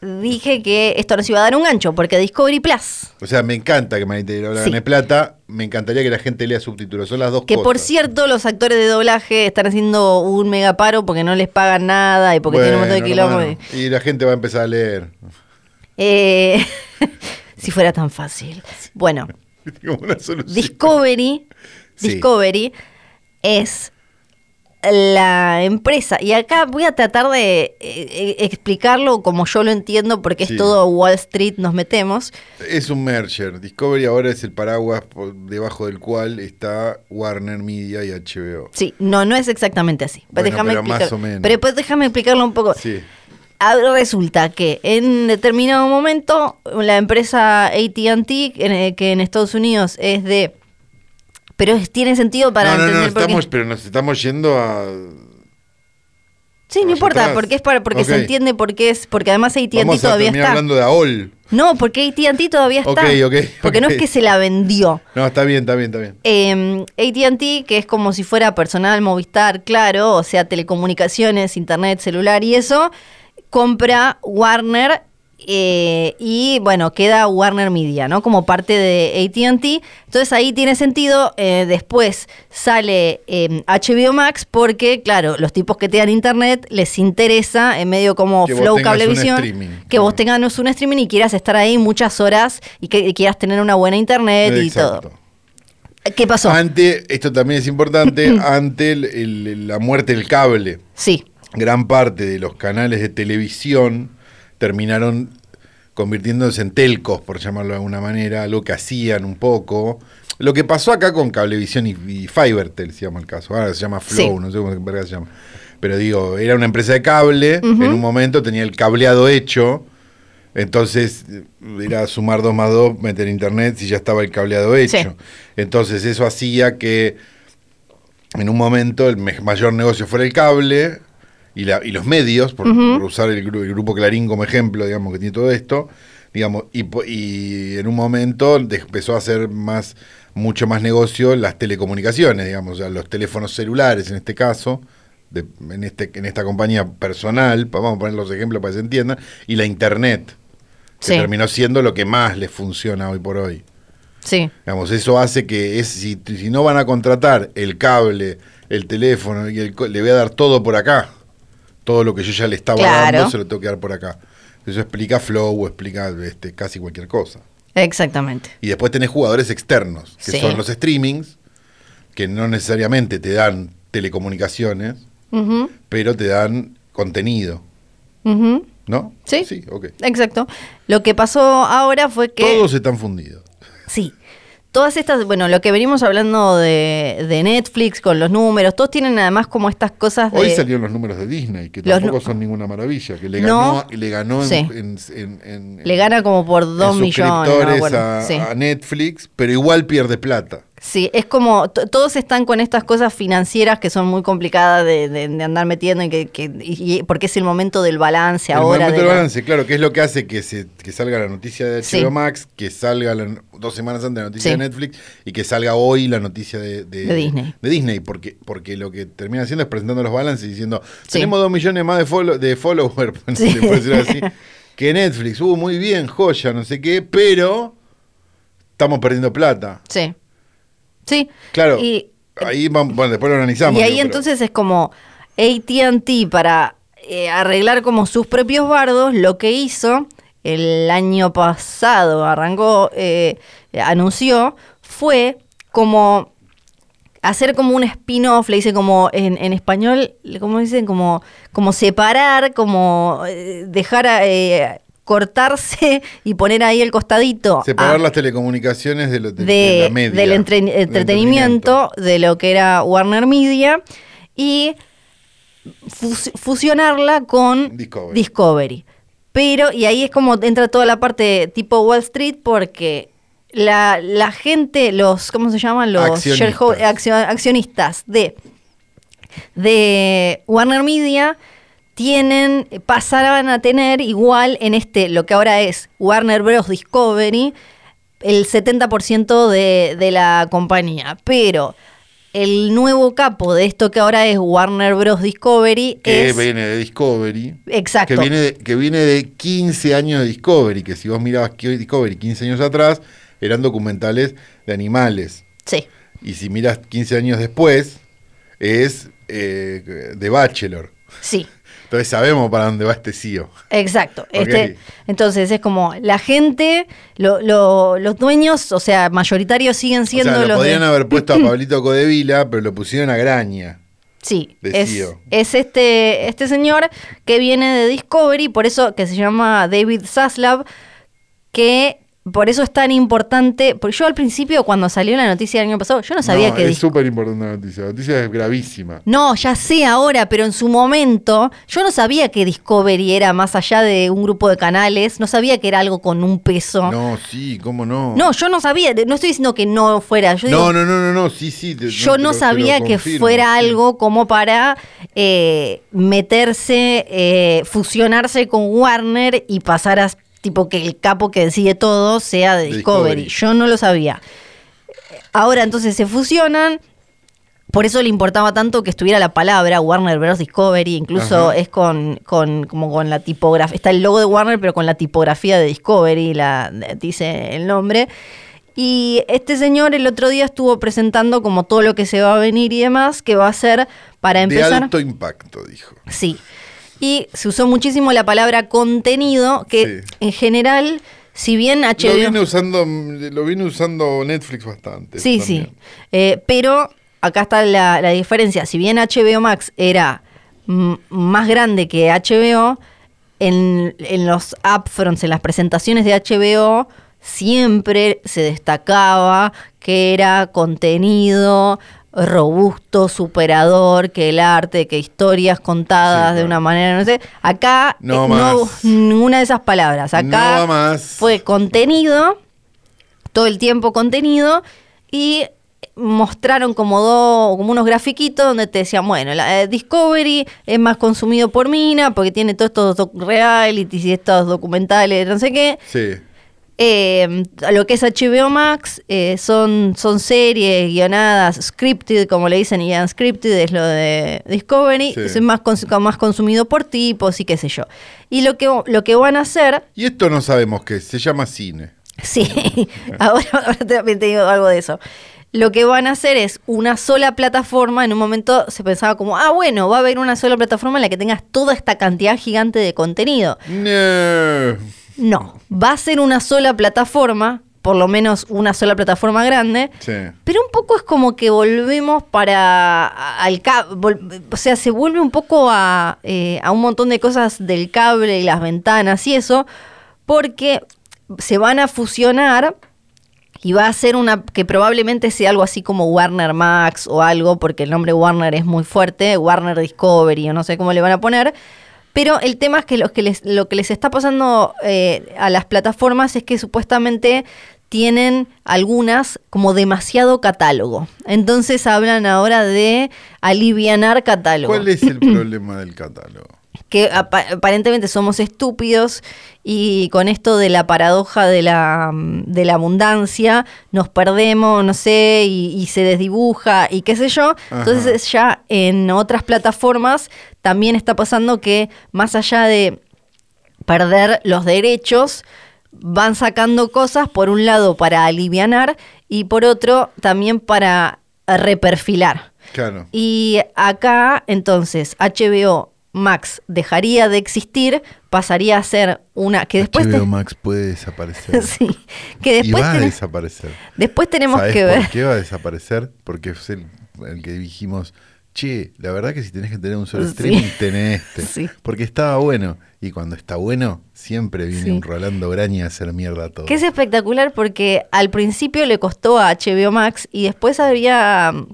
S1: dije que esto nos iba a dar un gancho? Porque Discovery Plus.
S2: O sea, me encanta que Marianita y la Ola
S1: Sí.
S2: gane plata. Me encantaría que la gente lea subtítulos. Son las dos
S1: Que
S2: cosas.
S1: por cierto, los actores de doblaje están haciendo un mega paro porque no les pagan nada y porque tienen un montón de
S2: Bueno,
S1: quilombo.
S2: hermano, Y la gente va a empezar a leer. [laughs]
S1: Eh, [laughs] si fuera tan fácil. Bueno,
S2: Digo, una solución.
S1: Discovery,
S2: Sí.
S1: Discovery es la empresa. Y acá voy a tratar de eh, eh, explicarlo como yo lo entiendo, porque
S2: Sí.
S1: es todo Wall Street, nos metemos.
S2: Es un merger. Discovery ahora es el paraguas por debajo del cual está Warner Media y HBO.
S1: Sí, no, no es exactamente así. Pues
S2: Bueno,
S1: déjame
S2: pero más
S1: explicar-
S2: o menos.
S1: Pero pues déjame explicarlo un poco.
S2: Sí,
S1: A ver, Resulta que en determinado momento la empresa ATT, que en Estados Unidos es de... Pero es- tiene sentido para
S2: no, no, no,
S1: entender por qué-
S2: estamos, pero nos estamos yendo a.
S1: Sí, no
S2: Allá
S1: importa,
S2: atrás.
S1: porque es para, porque se
S2: Ok.
S1: entiende porque es, porque además AT&T
S2: Vamos a
S1: todavía
S2: terminar
S1: está.
S2: hablando de AOL.
S1: No, porque AT&T todavía está.
S2: Ok, ok,
S1: porque no es
S2: ok.
S1: que se la vendió.
S2: No, está bien, está bien, está bien.
S1: Eh, ATT, que es como si fuera personal, Movistar, claro, o sea, telecomunicaciones, internet, celular y eso, compra Warner Eh, y bueno, queda Warner Media, ¿no? Como parte de ATT. Entonces ahí tiene sentido. eh, después sale eh, HBO Max porque, claro, los tipos que te dan internet les interesa, en medio como
S2: Que vos
S1: Flow
S2: tengas un
S1: Cablevisión,
S2: streaming,
S1: que vos
S2: claro.
S1: tengas un streaming y quieras estar ahí muchas horas y que y quieras tener una buena internet y
S2: Exacto.
S1: todo. ¿Qué pasó?
S2: Ante, esto también
S1: [clears throat]
S2: es importante, ante el- el- la muerte del cable.
S1: sí,
S2: gran parte de los canales de televisión terminaron convirtiéndose en telcos, por llamarlo de alguna manera, lo que hacían un poco. Lo que pasó acá con Cablevisión y, y Fivertel, se llama el caso. Ahora se llama
S1: Sí.
S2: Flow, no sé cómo verga se llama. Pero digo, era una empresa de cable, en un momento tenía el cableado hecho, entonces eh, era sumar dos más dos, meter internet, si ya estaba el cableado hecho.
S1: Sí.
S2: Entonces eso hacía que en un momento el me- mayor negocio fuera el cable y, la- y los medios, por, por usar el, gru- el grupo Clarín como ejemplo, digamos, que tiene todo esto, digamos, y, po- y en un momento de- empezó a hacer más, mucho más negocio las telecomunicaciones, digamos, o sea, los teléfonos celulares en este caso. de- en, este, en esta compañía personal, pa- vamos a poner los ejemplos para que se entiendan, y la internet, que
S1: Sí.
S2: terminó siendo lo que más les funciona hoy por hoy.
S1: sí.
S2: Digamos, eso hace que es, si, si no van a contratar el cable, el teléfono, y el, co- le voy a dar todo por acá. Todo lo que yo ya le estaba
S1: Claro.
S2: dando se lo tengo que dar por acá. Eso explica flow o explica este, casi cualquier cosa.
S1: Exactamente.
S2: Y después tenés jugadores externos, que
S1: Sí.
S2: son los streamings, que no necesariamente te dan telecomunicaciones,
S1: Ujú,
S2: pero te dan contenido,
S1: ujú.
S2: ¿no?
S1: Sí.
S2: Sí, ok.
S1: Exacto. Lo que pasó ahora fue que.
S2: Todos están fundidos.
S1: Sí. Todas estas, bueno, lo que venimos hablando de, de Netflix con los números, todos tienen además como estas cosas de.
S2: Hoy salieron los números de Disney, que
S1: Los
S2: tampoco
S1: nu-
S2: son ninguna maravilla, que le
S1: No.
S2: ganó, le ganó en-
S1: Sí.
S2: en- en- en-
S1: le gana como por
S2: en
S1: 2 millones. no me
S2: suscriptores
S1: acuerdo.
S2: a,
S1: sí.
S2: a Netflix, pero igual pierde plata.
S1: Sí, es como to- todos están con estas cosas financieras que son muy complicadas de, de- de andar metiendo y que, que- y- y- porque es el momento del balance
S2: El
S1: ahora.
S2: momento
S1: de
S2: del
S1: la-
S2: balance, claro, que es lo que hace que, se, que salga la noticia de HBO
S1: Sí.
S2: Max, que salga la no- dos semanas antes la noticia
S1: Sí.
S2: de Netflix y que salga hoy la noticia de,
S1: De Disney.
S2: de Disney, porque, porque lo que termina haciendo es presentando los balances y diciendo,
S1: Sí.
S2: tenemos dos millones más de, follow, de [laughs] followers,
S1: Sí.
S2: se puede decir así, que Netflix, uh, muy bien, joya, no sé qué, pero estamos perdiendo plata.
S1: Sí. Sí.
S2: Claro,
S1: Y-
S2: ahí vamos, bueno, después lo analizamos.
S1: Y ahí
S2: digo, pero-
S1: entonces es como ATT para eh, arreglar como sus propios bardos, lo que hizo el año pasado, arrancó, eh, anunció, fue como hacer como un spin-off, le dicen como en, en español, ¿cómo dicen? Como, como separar, como eh, dejar a, eh, cortarse [laughs] y poner ahí el costadito.
S2: Separar
S1: a-
S2: las telecomunicaciones de, lo, de- de
S1: ah, de-
S2: la media.
S1: del entre- entretenimiento, de lo que era Warner Media y fus- fusionarla con
S2: Discovery.
S1: Pero, y ahí es como entra toda la parte tipo Wall Street porque la, la gente, los, ¿cómo se llaman? Los
S2: Accionistas.
S1: shareho- accio- accionistas de, de Warner Media tienen, pasaban a tener igual en este, lo que ahora es Warner Bros. Discovery, el 70% de, de la compañía. Pero el nuevo capo de esto que ahora es Warner Bros. Discovery
S2: Que
S1: es...
S2: viene de Discovery.
S1: Exacto.
S2: Que viene de, que viene de 15 años de Discovery. Que si vos mirabas que- Discovery 15 años atrás, eran documentales de animales.
S1: Sí,
S2: Y si miras 15 años después, es eh, The Bachelor.
S1: sí.
S2: Entonces sabemos para dónde va este CEO.
S1: Exacto. Este,
S2: Ok.
S1: entonces es como la gente, lo- lo- los dueños, o sea, mayoritarios siguen
S2: O
S1: siendo
S2: sea, lo
S1: los... de-
S2: podrían haber
S1: [clears throat]
S2: puesto a Pablito Codevila, pero lo pusieron a Graña.
S1: Sí,
S2: de
S1: es,
S2: CEO.
S1: es este, este señor que viene de Discovery, por eso que se llama David Zaslav, que por eso es tan importante, porque yo al principio cuando salió la noticia del año pasado, yo no sabía
S2: No,
S1: que
S2: Es
S1: Dis-
S2: súper importante la noticia. La noticia es gravísima.
S1: No, ya sé ahora, pero en su momento yo no sabía que Discovery era más allá de un grupo de canales, no sabía que era algo con un peso. No,
S2: No, sí, cómo no.
S1: yo no sabía, de- no estoy diciendo que no fuera, yo digo,
S2: no, no, no, no, no, sí, sí. te-
S1: Yo
S2: te lo-
S1: no
S2: te lo
S1: sabía que
S2: confirmo,
S1: fuera
S2: sí.
S1: algo como para eh, meterse, eh, fusionarse con Warner y pasar a tipo que el capo que decide todo sea de
S2: De
S1: Discovery.
S2: Discovery.
S1: Yo no lo sabía. Ahora entonces se fusionan, Por eso le importaba tanto que estuviera la palabra Warner Bros. Discovery, incluso
S2: Ajá.
S1: es con, con, como con la tipografía, está el logo de Warner, pero con la tipografía de Discovery, la, dice el nombre. Y este señor el otro día estuvo presentando como todo lo que se va a venir y demás, que va a ser para
S2: De
S1: empezar.
S2: alto impacto, dijo.
S1: Sí. Y se usó muchísimo la palabra contenido, que
S2: Sí.
S1: en general, si bien
S2: Lo
S1: HBO.
S2: viene usando, lo viene usando Netflix bastante.
S1: Sí,
S2: también.
S1: sí. Eh, pero acá está la, la diferencia. Si bien HBO Max era mm, más grande que HBO, en, en los upfronts, en las presentaciones de HBO, siempre se destacaba que era contenido robusto, superador, que el arte, que historias contadas
S2: Sí,
S1: de
S2: claro.
S1: una manera, no sé. Acá
S2: No
S1: eh,
S2: más.
S1: hubo ninguna de esas palabras. Acá
S2: No más.
S1: fue contenido todo el tiempo contenido y mostraron como dos como unos grafiquitos donde te decían bueno la, eh, Discovery es más consumido por mina porque tiene todos estos doc- realities y estos documentales no sé qué
S2: Sí.
S1: Eh, lo que es HBO Max eh, son son series guionadas scripted como le dicen y unscripted es lo de Discovery
S2: Sí.
S1: es más cons- más consumido por tipos y qué sé yo y lo que lo que van a hacer
S2: Y esto no sabemos qué, es, se llama cine.
S1: Sí, [laughs] ahora, ahora también te digo algo de eso. Lo que van a hacer es una sola plataforma. En un momento se pensaba como, ah, bueno, va a haber una sola plataforma en la que tengas toda esta cantidad gigante de contenido.
S2: No.
S1: No, va a ser una sola plataforma, por lo menos una sola plataforma grande.
S2: Sí.
S1: Pero un poco es como que volvemos para a- al cable, o sea, se vuelve un poco a, eh, a un montón de cosas del cable y las ventanas y eso, porque se van a fusionar y va a ser una que probablemente sea algo así como Warner Max o algo, porque el nombre Warner es muy fuerte, Warner Discovery o no sé cómo le van a poner. Pero el tema es que, los que les- lo que les está pasando eh, a las plataformas es que supuestamente tienen algunas como demasiado catálogo. Entonces hablan ahora de alivianar catálogo [clears throat]
S2: ¿Cuál es el problema del catálogo?
S1: que apa- aparentemente somos estúpidos y con esto de la paradoja de la, mm, de la abundancia nos perdemos, no sé, y, y se desdibuja y qué sé yo. Entonces ya en otras plataformas también está pasando que más allá de perder los derechos, van sacando cosas, por un lado para alivianar y por otro también para reperfilar.
S2: Claro.
S1: Y acá, entonces, HBO Max dejaría de existir, pasaría a ser una. que después.
S2: HBO
S1: te-
S2: Max puede
S1: [laughs]
S2: desaparecer.
S1: Sí, que
S2: y
S1: después,
S2: va a
S1: tenés-
S2: desaparecer.
S1: después tenemos
S2: ¿Sabés
S1: que
S2: ¿Por
S1: ver.
S2: qué va a desaparecer? Porque es el, el que dijimos, che, la verdad que si tenés que tener un solo
S1: Sí.
S2: streaming, tenés este.
S1: Sí.
S2: Porque estaba bueno. Y cuando está bueno, siempre viene
S1: Sí.
S2: un Rolando Braña a hacer mierda a todo.
S1: Que es espectacular porque al principio le costó a HBO Max y después había mm,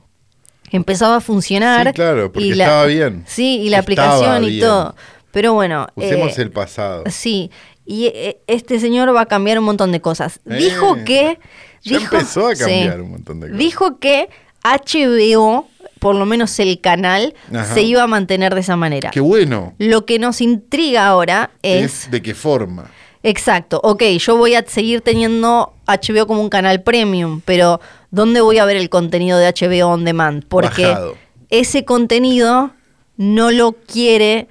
S1: empezado a funcionar.
S2: Sí, claro, porque
S1: y la-
S2: estaba bien.
S1: Sí, y la
S2: Estaba
S1: aplicación y
S2: bien.
S1: todo. Pero bueno.
S2: Usemos
S1: eh,
S2: el pasado.
S1: Sí, y eh, este señor va a cambiar un montón de cosas. Dijo
S2: Eh,
S1: que...
S2: ya
S1: dijo-
S2: empezó a cambiar un montón de cosas.
S1: Dijo que HBO, por lo menos el canal,
S2: Ajá.
S1: se iba a mantener de esa manera.
S2: Qué bueno.
S1: Lo que nos intriga ahora es...
S2: ¿De qué forma?
S1: Exacto, ok, yo voy a seguir teniendo HBO como un canal premium, pero ¿dónde voy a ver el contenido de HBO on demand? Porque
S2: Bajado.
S1: ese contenido no lo quiere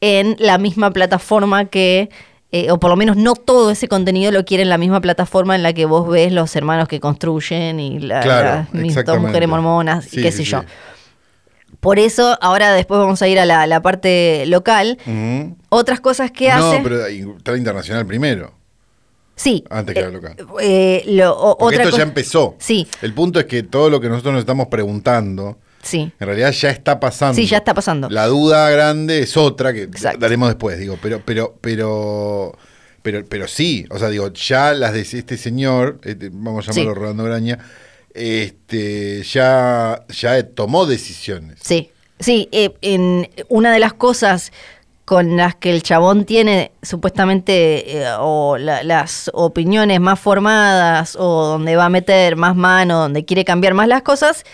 S1: en la misma plataforma que, eh, o por lo menos no todo ese contenido lo quiere en la misma plataforma en la que vos ves los hermanos que construyen y la-
S2: Claro,
S1: las mis dos
S2: exactamente.
S1: mujeres mormonas y
S2: Sí,
S1: qué
S2: sí,
S1: sé
S2: sí.
S1: yo. Por eso, ahora después vamos a ir a la, la parte local.
S2: Ujú.
S1: Otras cosas que
S2: no,
S1: hace.
S2: pero está la internacional primero.
S1: Sí.
S2: Antes que
S1: Eh,
S2: la local.
S1: eh, lo- o-
S2: Porque
S1: otra
S2: esto ya
S1: cosa-
S2: empezó.
S1: Sí,
S2: El punto es que todo lo que nosotros nos estamos preguntando,
S1: sí.
S2: en realidad ya está pasando.
S1: Sí, ya está pasando.
S2: La duda grande es otra que
S1: Exacto.
S2: daremos después, digo, pero, pero, pero, pero, pero sí, o sea, digo, ya las de este señor, este, vamos a llamarlo
S1: Sí.
S2: Rolando Graña, este, ya, ya tomó decisiones.
S1: Sí, sí. eh, en una de las cosas con las que el chabón tiene supuestamente eh, o la- las opiniones más formadas o donde va a meter más mano, donde quiere cambiar más las cosas,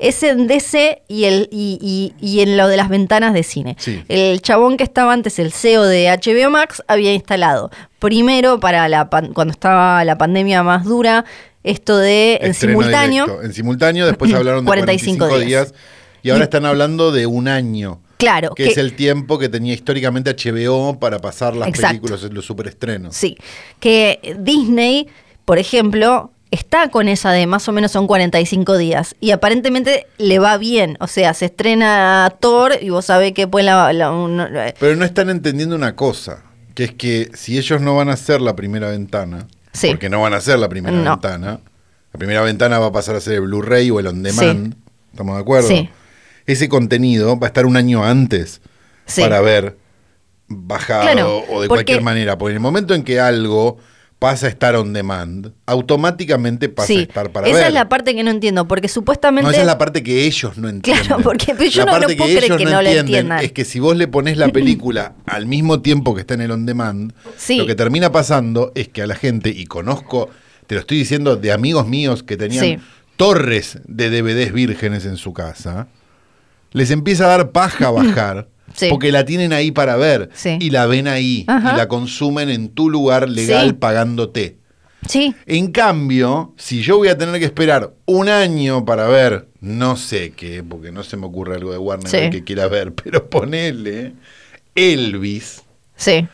S1: es en DC y, el, y, y- y en lo de las ventanas de cine.
S2: Sí.
S1: El chabón que estaba antes, el CEO de HBO Max, había instalado primero para la pan- cuando estaba la pandemia más dura esto de en
S2: Estreno
S1: simultáneo.
S2: directo. En simultáneo,
S1: [laughs]
S2: después hablaron de 45,
S1: 45
S2: días.
S1: días.
S2: y ahora
S1: Y-
S2: están hablando de un año.
S1: Claro,
S2: Que, es el tiempo que tenía históricamente HBO para pasar las
S1: Exacto.
S2: películas, los superestrenos.
S1: Sí, que Disney, por ejemplo, está con esa de más o menos son 45 días y aparentemente le va bien, o sea, se estrena Thor y vos sabés que pues la... la- un- eh,
S2: Pero no están entendiendo una cosa, que es que si ellos no van a hacer la primera ventana,
S1: Sí.
S2: porque no van a hacer la primera
S1: No.
S2: ventana, la primera ventana va a pasar a ser el Blu-ray o el on demand, ¿estamos de acuerdo?
S1: Sí.
S2: Ese contenido va a estar un año antes
S1: Sí.
S2: para ver bajado
S1: Claro,
S2: o de
S1: porque-
S2: cualquier manera, porque en el momento en que algo pasa a estar on demand, automáticamente pasa a
S1: sí,
S2: estar para
S1: esa
S2: ver.
S1: es la parte que no entiendo, porque supuestamente...
S2: No, esa es la parte que ellos no entienden.
S1: Claro, porque yo no-
S2: la
S1: no
S2: parte
S1: puedo
S2: que
S1: creer
S2: ellos
S1: que
S2: no
S1: no la
S2: entienden
S1: entiendan.
S2: Es que si vos le pones
S1: [laughs]
S2: la película al mismo tiempo que está en el on demand,
S1: Sí.
S2: lo que termina pasando es que a la gente, y conozco, te lo estoy diciendo de amigos míos que tenían
S1: Sí.
S2: torres de DVDs vírgenes en su casa, les empieza a dar
S1: [laughs]
S2: paja bajar.
S1: Sí.
S2: Porque la tienen ahí para ver
S1: Sí.
S2: y la ven ahí
S1: Ajá.
S2: y la consumen en tu lugar legal
S1: Sí.
S2: pagándote.
S1: Sí,
S2: En cambio, si yo voy a tener que esperar un año para ver, no sé qué, porque no se me ocurre algo de Warner
S1: Sí.
S2: que quiera ver, [laughs] pero ponele Elvis,
S1: sí,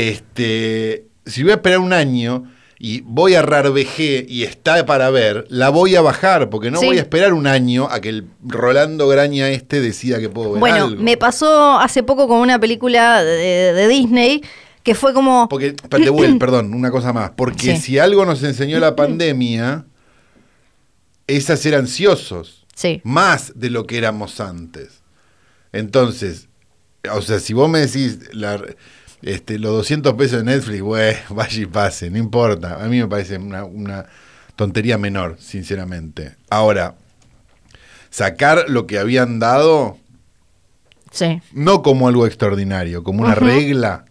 S2: este, si voy a esperar un año y voy a RARVG y está para ver, la voy a bajar, porque no
S1: Sí.
S2: voy a esperar un año a que el Rolando Graña este decida que puedo ver
S1: Bueno,
S2: algo.
S1: me pasó hace poco con una película de, de Disney que fue como...
S2: Porque, de
S1: [clears throat]
S2: vuel- perdón, una cosa más. Porque
S1: Sí.
S2: si algo nos enseñó
S1: [clears throat]
S2: la pandemia, es a ser ansiosos.
S1: Sí.
S2: Más de lo que éramos antes. Entonces, o sea, si vos me decís la- este, los 200 pesos de Netflix, güey, [laughs] vaya y pase, no importa. A mí me parece una, una tontería menor, sinceramente. Ahora, sacar lo que habían dado
S1: Sí,
S2: no como algo extraordinario, como una
S1: Ujú.
S2: regla,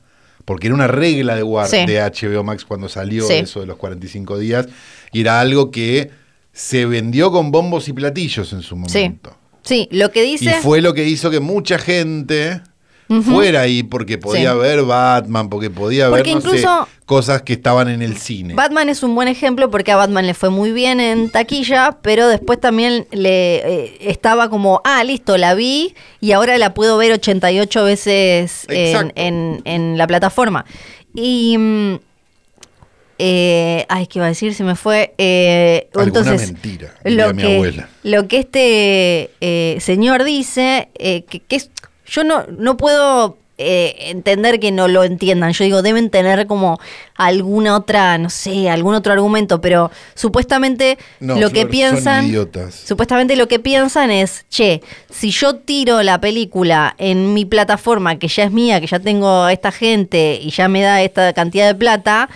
S2: porque era una regla de, War-
S1: Sí.
S2: de HBO Max cuando salió
S1: Sí.
S2: eso de los 45 días, y era algo que se vendió con bombos y platillos en su
S1: sí.
S2: momento.
S1: Sí, lo que dice...
S2: Y fue lo que hizo que mucha gente fuera ahí porque podía
S1: Sí.
S2: ver Batman, porque podía
S1: Porque
S2: ver no sé,
S1: incluso-
S2: cosas que estaban en el cine.
S1: Batman es un buen ejemplo porque a Batman le fue muy bien en taquilla, pero después también le eh, estaba como, ah, listo, la vi y ahora la puedo ver 88 veces en,
S2: Exacto.
S1: en- en la plataforma. Y... mm, eh, ay, ¿qué iba a decir? Se me fue. eh,
S2: Alguna
S1: entonces,
S2: mentira, diría
S1: lo
S2: mi
S1: que,
S2: abuela.
S1: Lo que este eh, señor dice, eh, que, que es, yo no, no puedo eh, entender que no lo entiendan. Yo digo, deben tener como alguna otra, no sé, algún otro argumento, pero supuestamente
S2: No,
S1: lo que
S2: Flor, son
S1: piensan...
S2: idiotas.
S1: Supuestamente lo que piensan es, che, si yo tiro la película en mi plataforma, que ya es mía, que ya tengo a esta gente y ya me da esta cantidad de plata,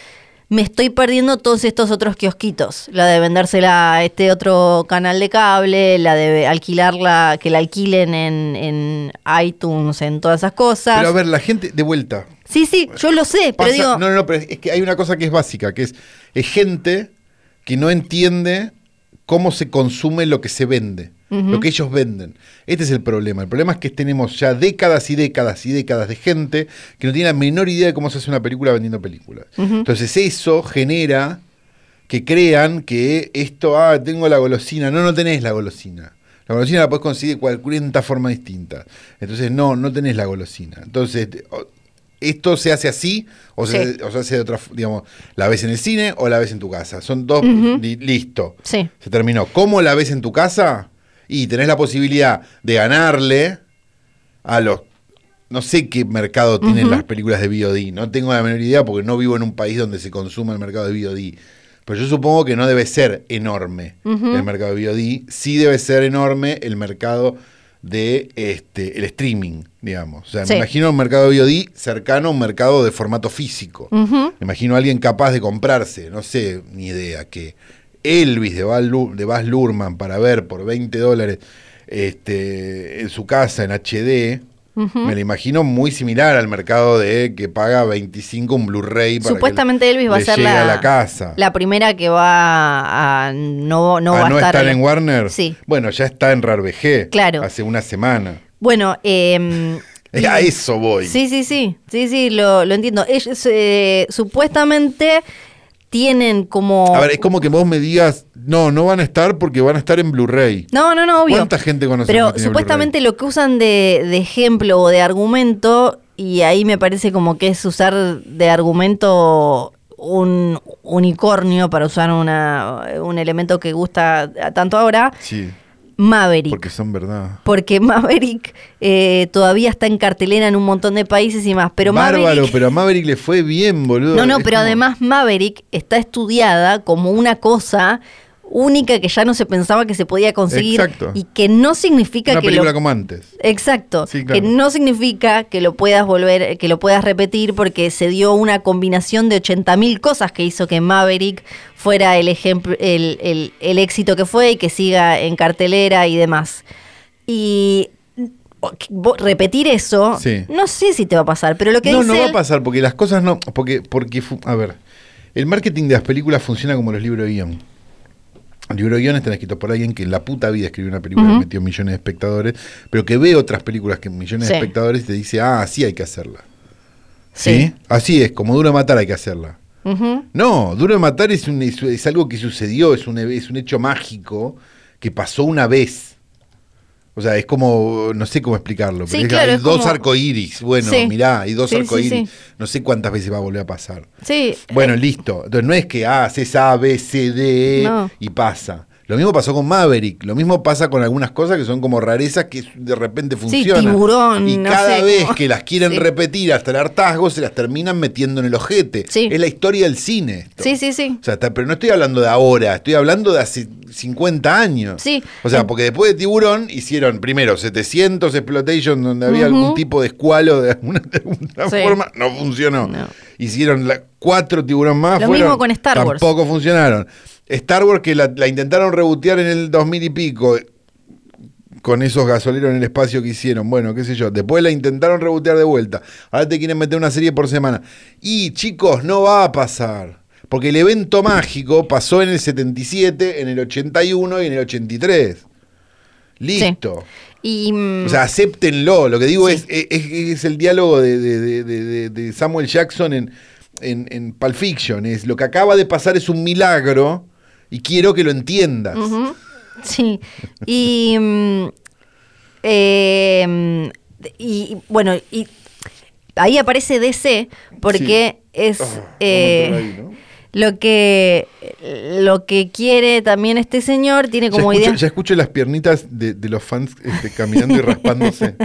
S1: me estoy perdiendo todos estos otros kiosquitos. La de vendérsela a este otro canal de cable, la de alquilarla, que la alquilen en, en iTunes, en todas esas cosas.
S2: Pero a ver, la gente, de vuelta,
S1: sí, sí, yo lo sé,
S2: Pasa-
S1: pero digo,
S2: no, no, no, pero es que hay una cosa que es básica, que es, es gente que no entiende cómo se consume lo que se vende, lo que ellos venden. Este es el problema. El problema es que tenemos ya décadas y décadas y décadas de gente que no tiene la menor idea de cómo se hace una película vendiendo películas. Entonces eso genera que crean que esto, ah, tengo la golosina. No, no tenés la golosina. La golosina la podés conseguir de 40 formas distintas. Entonces, no, no tenés la golosina. Entonces, te- o- esto se hace así o,
S1: Sí.
S2: se, o se hace de otra, f- digamos, la ves en el cine o la ves en tu casa. Son dos, li- listo.
S1: Sí.
S2: Se terminó. ¿Cómo la ves en tu casa? Y tenés la posibilidad de ganarle a los... No sé qué mercado tienen las películas de VOD. No tengo la menor idea porque no vivo en un país donde se consuma el mercado de VOD. Pero yo supongo que no debe ser enorme el mercado de VOD. Sí debe ser enorme el mercado de este el streaming, digamos. O sea,
S1: Sí.
S2: me imagino un mercado de VOD cercano a un mercado de formato físico.
S1: Ujú.
S2: Me imagino a alguien capaz de comprarse, no sé, ni idea, que Elvis de Baz, Lu- de Baz Luhrmann para ver por 20 dólares este, en su casa en HD. Me lo imagino muy similar al mercado de que paga 25 un Blu-ray para que
S1: supuestamente
S2: le-
S1: Elvis va a
S2: le
S1: ser
S2: llegue
S1: la,
S2: la casa.
S1: la primera que va a no, no
S2: Ah,
S1: va a
S2: no
S1: estar
S2: estar en Warner.
S1: Sí.
S2: Bueno, ya está en RARVG.
S1: Claro.
S2: Hace una semana.
S1: Bueno,
S2: [laughs]
S1: eh,
S2: A eso voy.
S1: Sí, sí, sí, sí, sí, lo, lo entiendo. Ellos, eh, supuestamente tienen como...
S2: A ver, es como que vos me digas, no, no van a estar porque van a estar en Blu-ray.
S1: No, no, no, obvio.
S2: ¿Cuánta gente conoce que
S1: Pero
S2: tiene
S1: supuestamente lo que usan de, de ejemplo o de argumento, y ahí me parece como que es usar de argumento un unicornio para usar una, un elemento que gusta tanto ahora,
S2: Sí,
S1: Maverick.
S2: porque son verdad.
S1: Porque Maverick eh, todavía está en cartelera en un montón de países y más. Pero
S2: Bárbaro,
S1: Maverick.
S2: pero a Maverick le fue bien, boludo.
S1: No, no,
S2: Es
S1: pero
S2: como-
S1: además Maverick está estudiada como una cosa única que ya no se pensaba que se podía conseguir
S2: Exacto.
S1: y que no significa
S2: Una
S1: que
S2: película
S1: lo-
S2: como antes.
S1: Exacto,
S2: Sí, claro.
S1: que no significa que lo puedas volver, que lo puedas repetir porque se dio una combinación de 80.000 cosas que hizo que Maverick fuera el ejemplo el, el- el éxito que fue y que siga en cartelera y demás. Y o- que- vo- repetir eso,
S2: Sí.
S1: no sé si te va a pasar, pero lo que
S2: No,
S1: dice
S2: no va a
S1: él-
S2: pasar porque las cosas no. Porque, porque fu- a ver, el marketing de las películas funciona como los libros de guión. Los libros de guión están escritos por alguien que en la puta vida escribió una película
S1: Ujú.
S2: que metió millones de espectadores, pero que ve otras películas que millones de
S1: Sí.
S2: espectadores y te dice, ah, así hay que hacerla.
S1: Sí.
S2: ¿Sí? Así es, como duro de matar hay que hacerla.
S1: Ujú.
S2: No, Duro de Matar es, un- es- es algo que sucedió, es un, es un hecho mágico que pasó una vez. O sea, es como, no sé cómo explicarlo, pero
S1: Sí,
S2: es-
S1: claro,
S2: hay
S1: es
S2: dos
S1: como-
S2: arcoíris. Bueno,
S1: Sí.
S2: mirá, hay dos
S1: Sí, sí,
S2: arcoíris.
S1: sí.
S2: No sé cuántas veces va a volver a pasar.
S1: Sí.
S2: Bueno,
S1: eh,
S2: listo. Entonces no es que ah, haces A, B, C, D E,
S1: No.
S2: y pasa. Lo mismo pasó con Maverick, lo mismo pasa con algunas cosas que son como rarezas que de repente funcionan.
S1: tiburón,
S2: y
S1: no
S2: cada
S1: sé,
S2: vez
S1: como-
S2: que las quieren
S1: Sí.
S2: repetir hasta el hartazgo, se las terminan metiendo en el ojete.
S1: Sí.
S2: Es la historia del cine. esto.
S1: Sí, sí, sí.
S2: O sea, está- pero no estoy hablando de ahora, estoy hablando de hace 50 años.
S1: Sí.
S2: O sea,
S1: En-
S2: porque después de Tiburón hicieron primero 700 Exploitation donde había
S1: Ujú.
S2: algún tipo de escualo de alguna, de alguna
S1: Sí.
S2: forma, no funcionó.
S1: No.
S2: Hicieron la- cuatro Tiburón más.
S1: Lo
S2: fueron-
S1: mismo con Star Wars.
S2: Tampoco funcionaron. Star Wars que la, la intentaron rebotear en el 2000 y pico con esos gasoleros en el espacio que hicieron. Bueno, qué sé yo. Después la intentaron rebotear de vuelta. Ahora te quieren meter una serie por semana. Y chicos, no va a pasar. Porque el evento mágico pasó en el 77, en el 81 y en el 83. Listo.
S1: y, mm,
S2: O sea, acéptenlo. Lo que digo
S1: Sí.
S2: es, es, es el diálogo de, de- de- de- de- de Samuel Jackson en, en, en Pulp Fiction. Es lo que acaba de pasar es un milagro y quiero que lo entiendas.
S1: Ujú. [laughs] Sí. Y, mm, eh, y bueno, y ahí aparece DC porque es
S2: Ah, vamos a
S1: eh,
S2: entrar ahí, ¿no?
S1: lo que lo que quiere también este señor tiene como
S2: ya,
S1: idea.
S2: escucho, ya escucho las piernitas de, de los fans este, caminando
S1: [laughs]
S2: y raspándose.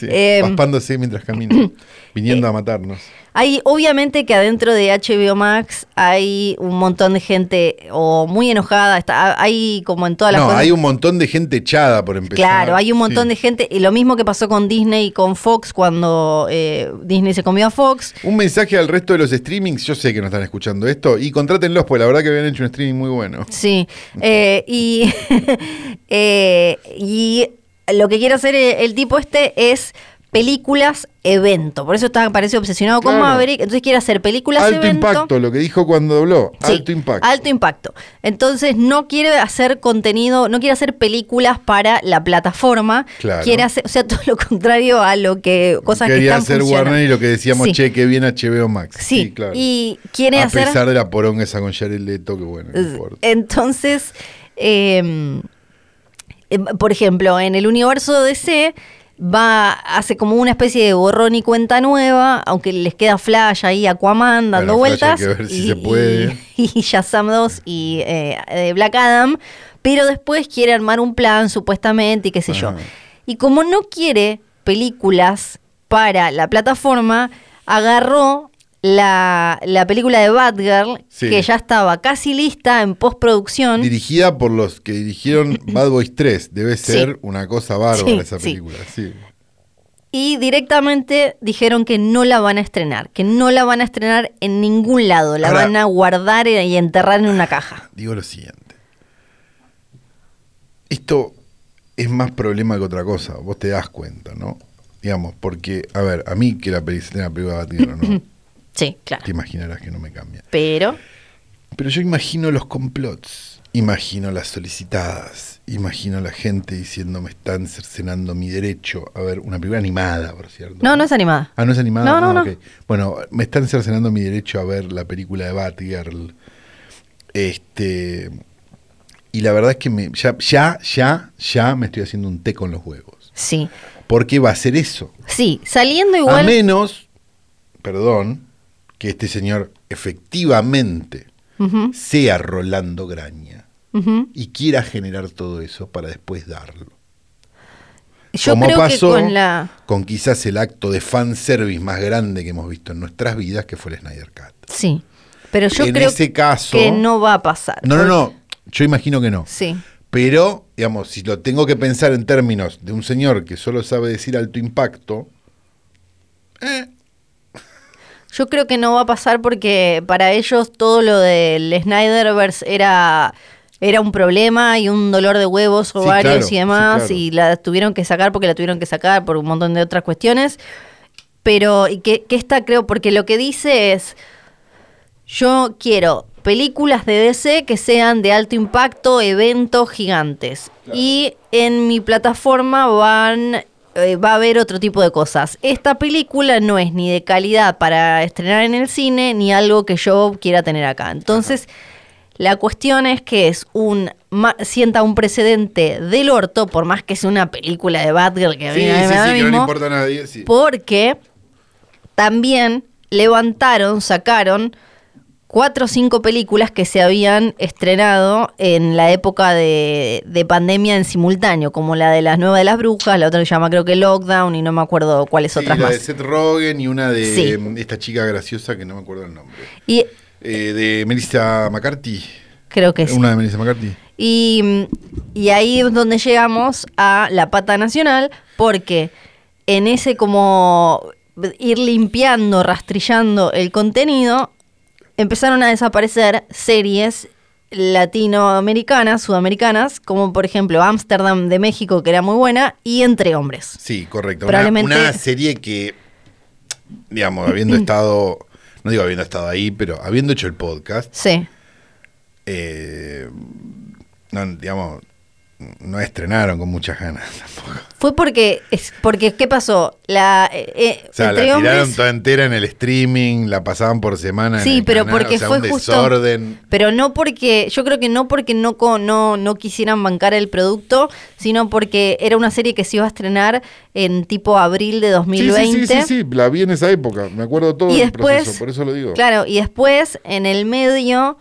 S2: Sí,
S1: Em,
S2: raspándose
S1: [coughs]
S2: mientras caminan,
S1: eh,
S2: viniendo a matarnos.
S1: Hay, obviamente que adentro de HBO Max hay un montón de gente o muy enojada, está, hay como en todas las
S2: No,
S1: cosas.
S2: hay un montón de gente echada por empezar.
S1: Claro, hay un montón
S2: Sí.
S1: de gente, y lo mismo que pasó con Disney y con Fox cuando eh, Disney se comió a Fox,
S2: Un mensaje al resto de los streamings, yo sé que no están escuchando esto, y contrátenlos, porque la verdad que habían hecho un streaming muy bueno.
S1: Sí, eh, y, [laughs] eh, y lo que quiere hacer e- el tipo este es películas evento. Por eso está, parece obsesionado con
S2: Claro.
S1: Maverick. Entonces quiere hacer películas
S2: Alto
S1: evento.
S2: impacto, lo que dijo cuando habló.
S1: Sí,
S2: alto impacto.
S1: Alto impacto. Entonces no quiere hacer contenido, no quiere hacer películas para la plataforma.
S2: Claro.
S1: Quiere hacer, o sea, [laughs] todo lo contrario a lo que cosas que
S2: Quería
S1: están
S2: hacer
S1: funcionando.
S2: Warner y lo que decíamos,
S1: Sí.
S2: che, que bien HBO Max.
S1: Sí, y quiere
S2: a
S1: hacer
S2: pesar de la poronga esa con Jared Leto, que bueno, no importa.
S1: Entonces, eh, eh, por ejemplo, en el universo DC va, hace como una especie de borrón y cuenta nueva, aunque les queda Flash ahí, Aquaman dando
S2: Bueno, Flash hay
S1: vueltas.
S2: que ver si se puede.
S1: Y, [laughs] y Shazam 2 y eh, eh, Black Adam, pero después quiere armar un plan supuestamente y qué sé yo.
S2: Ajá.
S1: Y como no quiere películas para la plataforma, agarró la, la película de Batgirl,
S2: Sí.
S1: que ya estaba casi lista en postproducción.
S2: Dirigida por los
S1: [laughs]
S2: que dirigieron Bad Boys 3. Debe
S1: Sí.
S2: ser una cosa bárbara
S1: Sí,
S2: esa
S1: sí.
S2: película. Sí.
S1: Y directamente dijeron que no la van a estrenar, que no la van a estrenar en ningún lado, la
S2: Ahora-
S1: van a guardar y enterrar en una caja.
S2: Digo lo siguiente. Esto es más problema que otra cosa. Vos te das cuenta, ¿no? Digamos, porque, a ver, a mí que la película, la película Batgirl
S1: [laughs]
S2: o no,
S1: Sí, claro.
S2: te imaginarás que no me cambia.
S1: Pero,
S2: Pero yo imagino los complots, imagino las solicitadas, imagino la gente diciendo me están cercenando mi derecho. A ver, una película animada, por cierto.
S1: no, no es animada.
S2: Ah, no es animada.
S1: No, no,
S2: Ah,
S1: no.
S2: ok. Bueno, me están cercenando mi derecho a ver la película de Batgirl. Este, y la verdad es que me- ya, ya, ya, ya me estoy haciendo un té con los huevos.
S1: Sí.
S2: Porque va a ser eso.
S1: Sí, saliendo
S2: A
S1: igual.
S2: menos, perdón, que este señor efectivamente
S1: Ujú,
S2: sea Rolando Graña
S1: ujú.
S2: y quiera generar todo eso para después darlo.
S1: Yo
S2: Como
S1: creo
S2: pasó
S1: que con la.
S2: con quizás el acto de fanservice más grande que hemos visto en nuestras vidas, que fue el Snyder Cut.
S1: Sí. Pero yo
S2: en
S1: creo
S2: ese caso.
S1: que no va a pasar.
S2: no, no, no, Yo imagino que no.
S1: Sí.
S2: Pero, digamos, si lo tengo que pensar en términos de un señor que solo sabe decir alto impacto, eh,
S1: Yo creo que no va a pasar porque para ellos todo lo del Snyderverse era, era un problema y un dolor de huevos
S2: Sí,
S1: ovarios
S2: claro,
S1: y
S2: sí,
S1: demás.
S2: claro.
S1: Y la tuvieron que sacar porque la tuvieron que sacar por un montón de otras cuestiones. Pero, y que, que esta creo, porque lo que dice es, yo quiero películas de DC que sean de alto impacto, eventos gigantes. Y en mi plataforma van eh, va a haber otro tipo de cosas. Esta película no es ni de calidad para estrenar en el cine ni algo que yo quiera tener acá. Entonces, la cuestión es que es un ma- sienta un precedente del orto, por más que sea una película de Batgirl que a mí
S2: sí,
S1: me
S2: sí,
S1: da lo
S2: sí, que no le
S1: mismo,
S2: importa a nadie. sí.
S1: porque también levantaron, sacaron cuatro o cinco películas que se habían estrenado en la época de, de pandemia en simultáneo, como la de las nueve de las brujas, la otra que se llama creo que Lockdown y no me acuerdo cuáles
S2: Sí,
S1: otras
S2: la
S1: más.
S2: de Seth Rogen y una de
S1: Sí.
S2: em, esta chica graciosa que no me acuerdo el nombre.
S1: Y
S2: Eh, de Melissa McCarthy.
S1: creo que sí.
S2: Una de Melissa McCarthy.
S1: Y, y ahí es donde llegamos a la pata nacional, porque en ese como ir limpiando, rastrillando el contenido, empezaron a desaparecer series latinoamericanas, sudamericanas, como por ejemplo Amsterdam de México, que era muy buena, y Entre Hombres.
S2: Sí, correcto. Una,
S1: Probablemente-
S2: una serie que, digamos,
S1: [clears throat]
S2: habiendo estado, no digo habiendo estado ahí, pero habiendo hecho el podcast,
S1: Sí,
S2: eh, no, digamos, no estrenaron con muchas ganas [laughs] tampoco.
S1: fue porque, es porque ¿qué pasó? La, eh, eh,
S2: O sea,
S1: Entre
S2: la tiraron
S1: Hombres-
S2: toda entera en el streaming, la pasaban por semana. en
S1: Sí,
S2: el
S1: pero
S2: canal,
S1: porque
S2: o sea,
S1: fue
S2: un
S1: justo.
S2: desorden.
S1: Pero no porque, yo creo que no porque no, co- no, no quisieran bancar el producto, sino porque era una serie que se iba a estrenar en tipo abril de 2020.
S2: la vi en esa época, me acuerdo todo
S1: Y después, claro, y después en el medio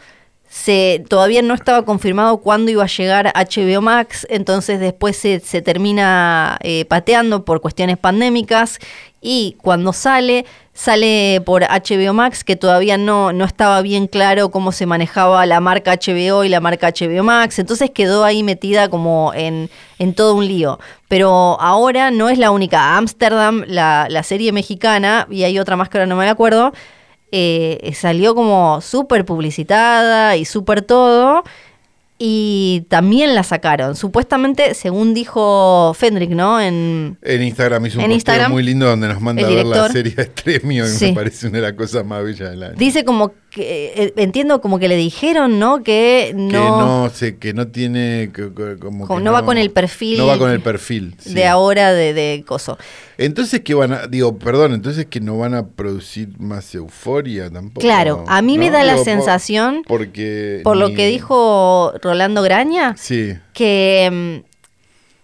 S1: se todavía no estaba confirmado cuándo iba a llegar HBO Max, entonces después se, se termina eh, pateando por cuestiones pandémicas y cuando sale, sale por HBO Max, que todavía no, no estaba bien claro cómo se manejaba la marca HBO y la marca HBO Max, entonces quedó ahí metida como en, en todo un lío. Pero ahora no es la única, Amsterdam, la, la serie mexicana, y hay otra más que ahora no me la acuerdo, eh, eh, salió como súper publicitada y súper todo. Y también la sacaron. Supuestamente, según dijo Fendrick, ¿no? En,
S2: En Instagram hizo un
S1: En
S2: posteo
S1: Instagram,
S2: muy lindo donde nos manda a
S1: el
S2: ver la
S1: director.
S2: serie de Estremio y
S1: Sí.
S2: me parece una de las cosas más bellas del año.
S1: dice como que. eh, entiendo como que le dijeron, ¿no? Que
S2: que
S1: no.
S2: no, sé, que no tiene que- que- como
S1: Como
S2: que
S1: no va con el perfil
S2: no va con el perfil sí.
S1: de ahora de, de coso.
S2: entonces que van a digo perdón entonces que no van a producir más euforia tampoco
S1: Claro, a mí me
S2: ¿no?
S1: da la
S2: Digo, por-
S1: sensación,
S2: porque
S1: por lo
S2: ni-
S1: que dijo Rolando Graña,
S2: sí
S1: que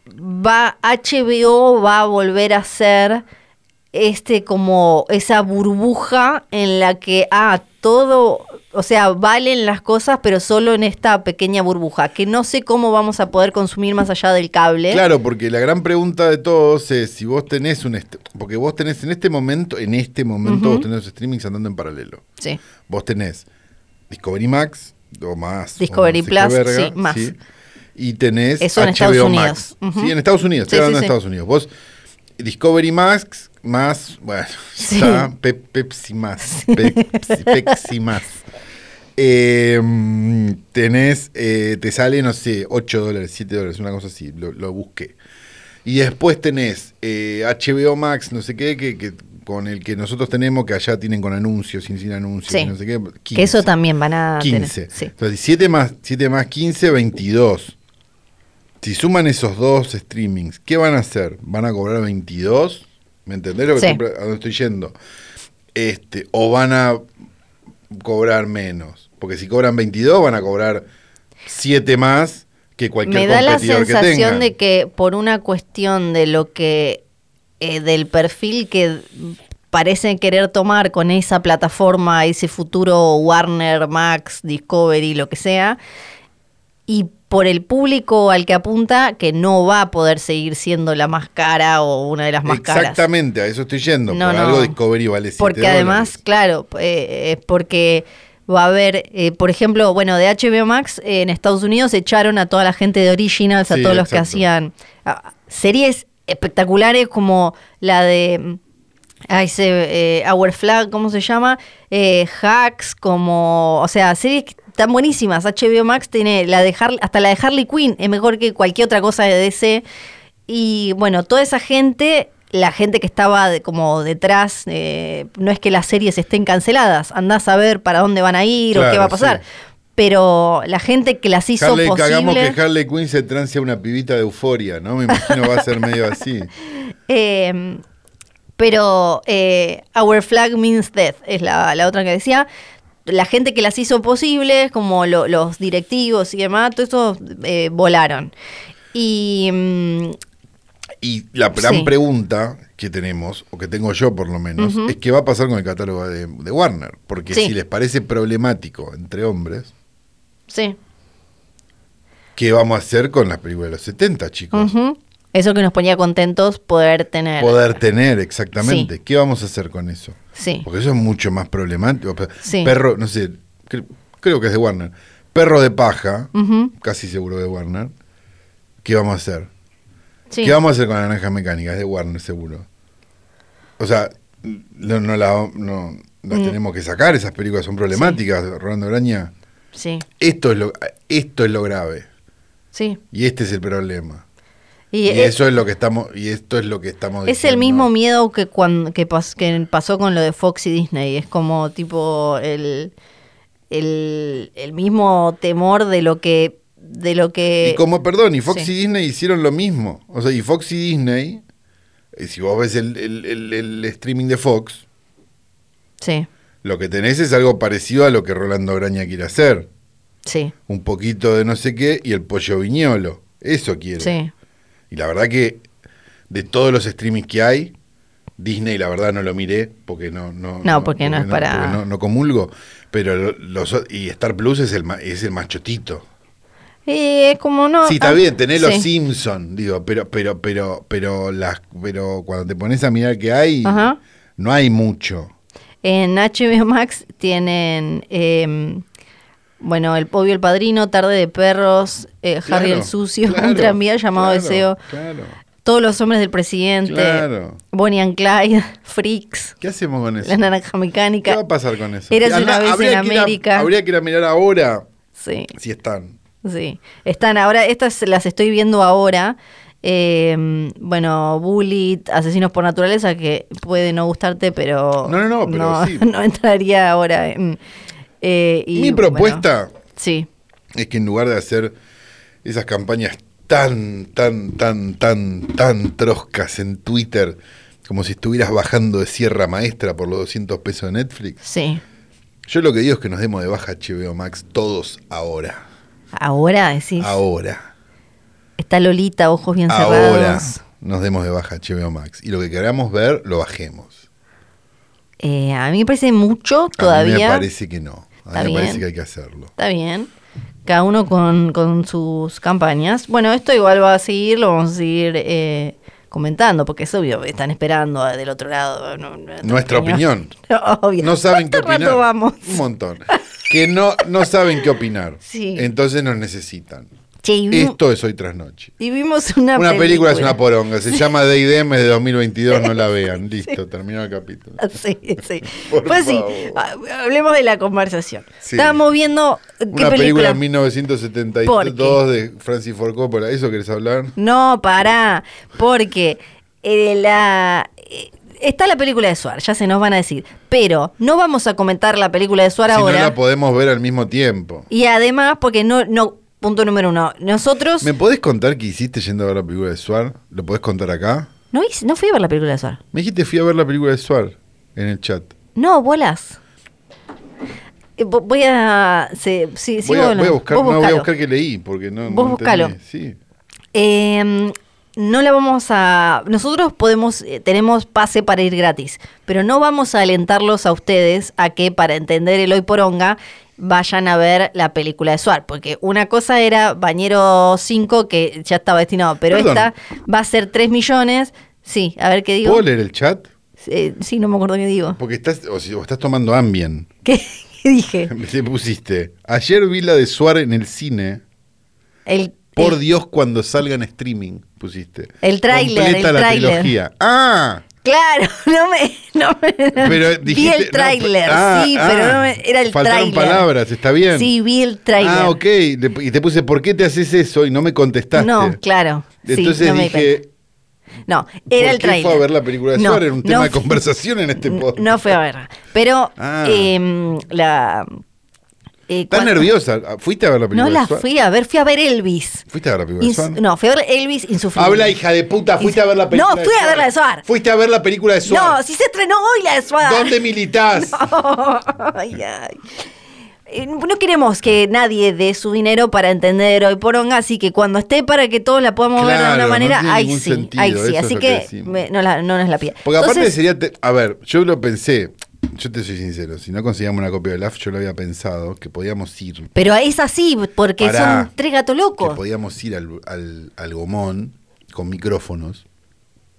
S1: mm, va HBO va a volver a ser este como esa burbuja en la que ah todo o sea valen las cosas pero solo en esta pequeña burbuja que no sé cómo vamos a poder consumir más allá del cable
S2: Claro, porque la gran pregunta de todos es si vos tenés un est- porque vos tenés en este momento, en este momento
S1: Ujú.
S2: vos tenés los streamings andando en paralelo.
S1: sí
S2: Vos tenés Discovery Max o más. o
S1: Discovery
S2: no sé qué
S1: Plus, sí, más.
S2: Y tenés
S1: Eso en
S2: HBO
S1: Estados
S2: Max.
S1: Unidos. Ujú.
S2: Sí, en Estados Unidos, estoy
S1: Sí, sí,
S2: hablando de
S1: sí.
S2: Estados Unidos. Vos Discovery Max más, bueno, [laughs]
S1: Sí.
S2: está Pe- Pepsi más, Pepsi,
S1: [laughs]
S2: Pepsi más. Eh, mm, tenés, eh, te sale, no sé, 8 dólares, 7 dólares, una cosa así, lo, lo busqué. Y después tenés eh, HBO Max, no sé qué, que, que- con el que nosotros tenemos, que allá tienen con anuncios, sin, sin anuncios,
S1: Sí.
S2: no sé qué.
S1: que eso
S2: 15.
S1: también van a
S2: 15.
S1: tener sí
S2: Entonces, 7 más, 7 más 15, 22. Si suman esos dos streamings, ¿qué van a hacer? ¿Van a cobrar 22? ¿Me entendés lo que
S1: Sí.
S2: estoy pre- a dónde estoy yendo? Este, ¿O van a cobrar menos? Porque si cobran 22 van a cobrar 7 más que cualquier
S1: Me da la
S2: competidor que
S1: sensación
S2: tengan.
S1: de que por una cuestión de lo que eh, del perfil que parecen querer tomar con esa plataforma, ese futuro Warner, Max, Discovery, lo que sea, y por el público al que apunta, que no va a poder seguir siendo la más cara o una de las más caras.
S2: Exactamente, a eso estoy yendo.
S1: No,
S2: Por
S1: no.
S2: algo Discovery vale 7
S1: Porque además, claro, eh, es porque va a haber, eh, por ejemplo, bueno, de HBO Max eh, en Estados Unidos echaron a toda la gente de Originals, a
S2: Sí,
S1: todos los que
S2: exacto.
S1: hacían ah, series espectaculares como la de mm, ay, se- eh, Our Flag, ¿cómo se llama? Eh, Hacks, como, o sea, series que están buenísimas. HBO Max tiene la de Har- hasta la de Harley Quinn, es mejor que cualquier otra cosa de DC. Y bueno, toda esa gente, la gente que estaba de- como detrás, eh, no es que las series estén canceladas, andás a ver para dónde van a ir o qué
S2: Claro,
S1: va a pasar.
S2: sí.
S1: Pero la gente que las hizo
S2: Harley, que hagamos
S1: posible,
S2: que Harley Quinn se trance a una pibita de euforia, ¿no? Me imagino va a ser medio
S1: [laughs]
S2: así.
S1: eh, pero eh, Our Flag Means Death es la, la otra que decía. La gente que las hizo posibles, como lo- los directivos y demás, todo eso eh, volaron. Y mm,
S2: Y la gran
S1: Sí.
S2: pregunta que tenemos, o que tengo yo por lo menos, es qué va a pasar con el catálogo de, de Warner. Porque
S1: Sí.
S2: si les parece problemático entre hombres,
S1: sí.
S2: ¿qué vamos a hacer con las películas de los 70, chicos?
S1: Ujú. Eso que nos ponía contentos poder tener.
S2: Poder tener, exactamente. ¿Qué vamos a hacer con eso?
S1: Sí.
S2: Porque eso es mucho más problemático. Pe-
S1: Sí.
S2: Perro, no sé, cre- creo que es de Warner. Perro de paja,
S1: Ujú.
S2: casi seguro de Warner. ¿Qué vamos a hacer?
S1: Sí.
S2: ¿Qué vamos a hacer con la naranja mecánica? Es de Warner, seguro. O sea, no, no la, no, las
S1: Mm.
S2: tenemos que sacar, esas películas son problemáticas, Rolando Graña.
S1: Sí,
S2: Esto es, lo, esto es lo grave.
S1: sí.
S2: Y este es el problema.
S1: Y eh,
S2: Y,
S1: es,
S2: eso es lo que estamos, y esto es lo que estamos
S1: es el
S2: diciendo.
S1: mismo miedo que, cuan- que, pas- que pasó con lo de Fox y Disney. Es como tipo el, el, el mismo temor de lo que... De lo que
S2: Y como, perdón, y Fox
S1: sí.
S2: y Disney hicieron lo mismo. O sea, y Fox y Disney, eh, si vos ves el, el- el- el streaming de Fox,
S1: Sí,
S2: lo que tenés es algo parecido a lo que Rolando Graña quiere hacer.
S1: sí,
S2: un poquito de no sé qué y el pollo viñolo. Eso quiere.
S1: sí.
S2: Y la verdad que de todos los streamings que hay, Disney la verdad no lo miré porque no no
S1: No, porque no es para-
S2: porque no, no comulgo, pero lo- los o- y Star Plus es el ma- es el machotito.
S1: Y es como no...
S2: sí, está
S1: ah,
S2: bien, tenés los
S1: sí.
S2: Simpson, digo, pero pero pero pero las pero cuando te pones a mirar qué hay,
S1: Ajá.
S2: no hay mucho.
S1: En HBO Max tienen, eh, bueno, El Pobio el Padrino, Tarde de Perros, eh, Harry el
S2: Claro,
S1: Sucio, [laughs]
S2: claro,
S1: Un tranvía llamado
S2: claro,
S1: Deseo,
S2: Claro.
S1: Todos los Hombres del Presidente,
S2: Claro.
S1: Bonnie and Clyde, [laughs] Freaks,
S2: ¿Qué hacemos con eso?
S1: La Naranja Mecánica.
S2: ¿Qué va a pasar con eso?
S1: Eras una
S2: Andá,
S1: vez en
S2: habría que ir a-
S1: América.
S2: habría que ir a mirar ahora
S1: Sí,
S2: si están.
S1: sí. Están ahora, estas las estoy viendo ahora. eh, bueno, Bullet, Asesinos por Naturaleza, que puede no gustarte, pero
S2: No, no, no, pero sí.
S1: [laughs] no entraría ahora en... eh, y,
S2: Mi
S1: bueno,
S2: propuesta
S1: sí.
S2: es que en lugar de hacer esas campañas tan, tan, tan, tan, tan troscas en Twitter, como si estuvieras bajando de Sierra Maestra por los 200 pesos de Netflix,
S1: Sí.
S2: yo lo que digo es que nos demos de baja HBO Max todos ahora.
S1: Ahora decís.
S2: Ahora.
S1: Está Lolita, ojos bien
S2: Ahora
S1: cerrados.
S2: nos demos de baja HBO Max. Y lo que queramos ver, lo bajemos.
S1: Eh, a mí me parece mucho
S2: A mí me
S1: todavía.
S2: parece que no.
S1: Está
S2: A mí me parece
S1: bien.
S2: que hay que hacerlo.
S1: Está bien. Cada uno con, con sus campañas. Bueno, esto igual va a seguir, lo vamos a seguir eh, comentando, porque es obvio, están esperando eh, del otro lado. no, no,
S2: Nuestra opinión.
S1: [laughs] Obvio.
S2: No saben qué
S1: ¿Cuánto
S2: opinar.
S1: rato vamos?
S2: Un montón. Que no, no saben qué opinar.
S1: Sí.
S2: Entonces nos necesitan.
S1: Che, y, vimos,
S2: Esto es hoy tras noche.
S1: y vimos una,
S2: Una película es una poronga. Se llama D&M de 2022. No la vean. Listo, terminó el capítulo.
S1: [laughs] Sí, sí.
S2: Por
S1: Pues sí,
S2: favor.
S1: ha- hablemos de la conversación.
S2: Sí.
S1: Estábamos viendo. ¿Qué
S2: Una película de 1972 de Francis Ford Coppola. ¿Eso querés hablar?
S1: No, pará, porque eh, la, eh, está la película de Suar, ya se nos van a decir, pero no vamos a comentar la película de Suar
S2: si
S1: ahora.
S2: no la podemos ver al mismo tiempo.
S1: y además, porque no, no, punto número uno, nosotros...
S2: ¿Me podés contar qué hiciste yendo a ver la película de Suar? ¿Lo podés contar acá?
S1: No, hice- no fui a ver la película de Suar.
S2: Me dijiste fui a ver la película de Suar en el chat.
S1: No, bolas. Eh, vo- voy a. se- sí, sí,
S2: voy, a,
S1: vos lo-
S2: voy a buscar,
S1: vos
S2: no, voy a
S1: buscalo.
S2: buscar que leí, porque no.
S1: Vos
S2: no
S1: buscalo.
S2: entendí. Sí.
S1: Eh, no la vamos a. Nosotros podemos, eh, tenemos pase para ir gratis, pero no vamos a alentarlos a ustedes a que para entender el hoy poronga vayan a ver la película de Suar, porque una cosa era Bañero 5 que ya estaba destinado, pero
S2: Perdón.
S1: esta va a ser 3 millones. Sí, a ver qué digo.
S2: ¿Puedo leer el chat?
S1: Eh, sí, no me acuerdo qué digo. [laughs]
S2: Porque estás, o, si- o estás tomando Ambien. [laughs]
S1: ¿Qué, qué dije?
S2: Te pusiste. Ayer vi la de Suárez en el cine.
S1: El,
S2: Por
S1: el-
S2: Dios, cuando salga en streaming, pusiste.
S1: El tráiler,
S2: Completa
S1: el
S2: la
S1: tráiler.
S2: trilogía. ¡Ah!
S1: Claro, [laughs] no me. No me
S2: Pero
S1: vi
S2: dijiste-
S1: el tráiler,
S2: no, ah,
S1: sí,
S2: ah,
S1: pero no me, era el
S2: faltaron
S1: tráiler.
S2: palabras, está bien.
S1: Sí, vi el tráiler.
S2: Ah, ok. Le- Y te puse, ¿por qué te haces eso? Y no me contestaste.
S1: No, claro. sí,
S2: Entonces
S1: no me di
S2: dije,
S1: cuenta. No,
S2: ¿por
S1: era el
S2: qué fue
S1: tráiler.
S2: a ver la película de
S1: No,
S2: Suárez? Era un
S1: no
S2: tema de
S1: fui-
S2: conversación en este podcast.
S1: No fue a verla. Pero
S2: Ah.
S1: em, la. eh,
S2: ¿Estás
S1: cuando-
S2: nerviosa? Ah, ¿Fuiste a ver la película
S1: No
S2: de
S1: la
S2: Suárez?
S1: fui a ver, fui a ver Elvis.
S2: ¿Fuiste a ver la película de
S1: Ins-
S2: Suárez?
S1: no, fui a ver Elvis insufrible.
S2: Habla, hija de puta, ¿fuiste a ver la película
S1: No,
S2: de
S1: fui a ver la de
S2: Suárez?
S1: Suar.
S2: ¿Fuiste a ver la película de Suárez?
S1: No, sí se estrenó hoy la de Suárez.
S2: ¿Dónde militás?
S1: [laughs] Ay, ay. Eh, No queremos que nadie dé su dinero para entender hoy poronga, así que cuando esté para que todos la podamos ver de
S2: Claro,
S1: una
S2: no
S1: manera,
S2: tiene
S1: ahí
S2: ningún
S1: sí,
S2: sentido,
S1: ahí
S2: eso
S1: sí,
S2: es
S1: así
S2: lo que
S1: que,
S2: decimos.
S1: me- no, la- no nos la pida.
S2: Porque aparte
S1: Entonces,
S2: sería. te- a ver, yo lo pensé. Yo te soy sincero, si no conseguíamos una copia de LAF, yo lo había pensado que podíamos ir.
S1: Pero es así, porque
S2: Pará.
S1: son tres gatos
S2: Que
S1: locos.
S2: podíamos ir al, al, al Gomón con micrófonos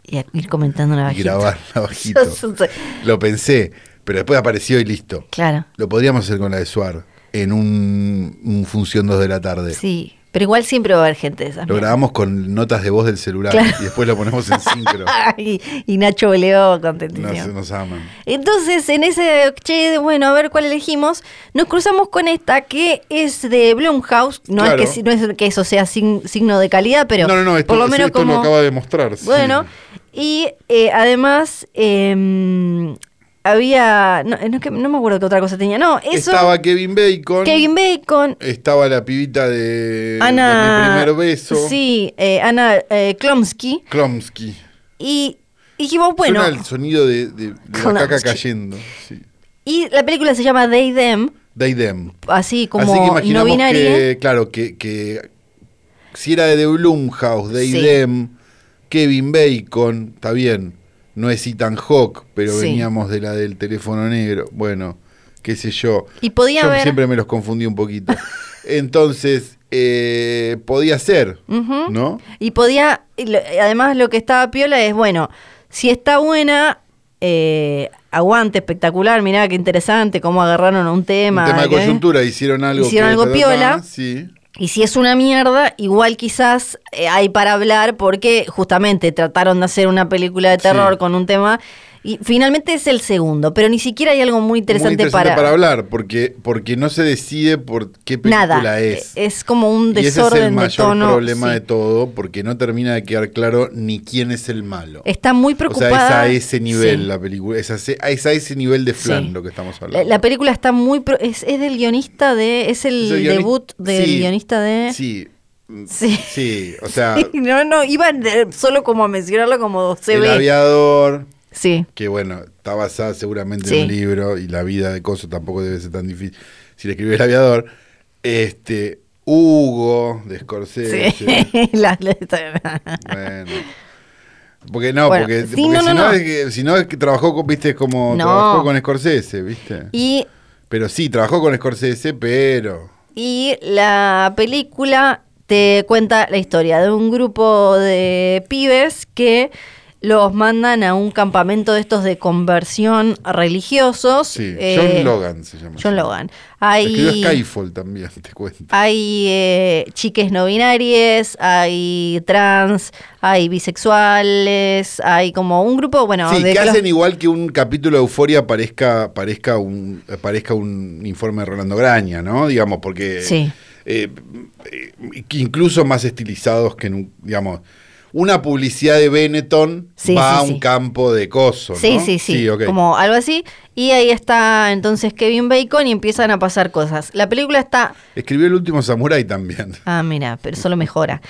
S1: Y a- ir comentando una
S2: y
S1: bajita.
S2: grabar
S1: [laughs]
S2: bajito. lo pensé, pero después apareció y listo.
S1: claro,
S2: Lo podríamos hacer con la de Suar en un, un función 2 de la tarde.
S1: sí. Pero igual siempre va a haber gente de esas. [laughs]
S2: Lo grabamos con notas de voz del celular
S1: Claro.
S2: y después lo ponemos en
S1: [laughs]
S2: sincro.
S1: y, y Nacho Boleo contentísimo.
S2: nos, nos aman.
S1: Entonces, en ese, che, bueno, a ver cuál elegimos, nos cruzamos con esta que es de Blumhouse. No,
S2: Claro.
S1: es, que, si- no es que eso sea sin- signo de calidad, pero
S2: no, no, no, esto,
S1: por lo
S2: sí,
S1: menos
S2: esto
S1: como...
S2: lo acaba de mostrar. sí.
S1: Bueno, y eh, además eh, había... No, no es que- no me acuerdo qué otra cosa tenía. No, eso...
S2: Estaba Kevin Bacon.
S1: Kevin Bacon.
S2: Estaba la pibita de, de
S1: Ana...
S2: mi primer beso.
S1: Sí, eh, Ana eh, Klomsky.
S2: Klomsky.
S1: Y dijimos, bueno...
S2: Suena el sonido de, de- de la
S1: Klomsky.
S2: caca cayendo. Sí.
S1: Y la película se llama They Them,
S2: They them.
S1: así como
S2: Así que
S1: no
S2: imaginamos
S1: binaria.
S2: que, claro, que, que si era de Blumhouse, They
S1: Sí.
S2: them, Kevin Bacon, está bien, no es Ethan Hawk, pero
S1: Sí.
S2: veníamos de la del teléfono negro. Bueno, qué sé yo.
S1: Y podía
S2: yo
S1: haber-
S2: siempre me los confundí
S1: [laughs]
S2: un poquito. Entonces, eh, podía ser,
S1: Ujú.
S2: ¿no?
S1: Y podía, y lo- además lo que estaba piola es, bueno, si está buena, eh, aguante, espectacular, mirá qué interesante, cómo agarraron un tema.
S2: Un tema de
S1: ¿qué? ¿eh?
S2: coyuntura, hicieron algo.
S1: Hicieron
S2: que-
S1: algo
S2: ta, ta, ta,
S1: piola.
S2: Sí.
S1: Y si es una mierda, igual quizás eh, hay para hablar porque justamente trataron de hacer una película de terror
S2: Sí.
S1: con un tema y finalmente es el segundo, pero ni siquiera hay algo muy interesante,
S2: Muy interesante para... hablar, porque, porque no se decide por qué película
S1: Nada,
S2: es.
S1: Eh, es como un
S2: y ese es el
S1: desorden de
S2: mayor
S1: tono.
S2: problema
S1: sí.
S2: de todo, porque no termina de quedar claro ni quién es el malo.
S1: Está muy
S2: o sea, es
S1: preocupada.
S2: a ese nivel
S1: Sí.
S2: la película, es a ese, es a ese nivel de flan
S1: Sí.
S2: lo que estamos
S1: La,
S2: hablando.
S1: la película está muy... pro- es, es del guionista de... Es el,
S2: Es el guioni-
S1: debut del
S2: Sí,
S1: guionista de...
S2: Sí, Ah.
S1: Sí.
S2: sí,
S1: [laughs]
S2: o sea,
S1: No, no, iban eh, solo como a mencionarlo como se
S2: El
S1: ve.
S2: aviador,
S1: Sí,
S2: que bueno, está basada seguramente
S1: Sí.
S2: en un libro y la vida de Coso tampoco debe ser tan difícil. Si le escribió el aviador, este, Hugo de Scorsese.
S1: sí. [laughs] La- la-
S2: Bueno. Porque no,
S1: Bueno,
S2: porque,
S1: sí,
S2: porque
S1: no,
S2: si,
S1: no,
S2: no,
S1: no.
S2: Es que, si no es que trabajó con, viste, es como
S1: No.
S2: trabajó con Scorsese, viste.
S1: y,
S2: Pero sí, trabajó con Scorsese, pero
S1: y la película te cuenta la historia de un grupo de pibes que los mandan a un campamento de estos de conversión a religiosos.
S2: sí,
S1: eh,
S2: John Logan se llama.
S1: John Logan.
S2: Escribió
S1: Hay,
S2: Skyfall también, [laughs] te cuento.
S1: hay eh, chiques no binarias, hay trans, hay bisexuales, hay como un grupo, bueno,
S2: sí,
S1: de
S2: que
S1: que los-
S2: hacen igual que un capítulo de Euforia parezca, parezca un eh, parezca un informe de Rolando Graña, ¿no? Digamos, porque
S1: Sí.
S2: eh, eh, que incluso más estilizados que en un, digamos, una publicidad de Benetton
S1: Sí,
S2: va
S1: sí,
S2: a un
S1: sí.
S2: campo de coso,
S1: Sí,
S2: ¿no?
S1: sí, sí,
S2: ok.
S1: como algo así. Y ahí está entonces Kevin Bacon y empiezan a pasar cosas. La película está...
S2: Escribió el último
S1: [laughs]
S2: Samurai también.
S1: Ah, mira, pero solo mejora.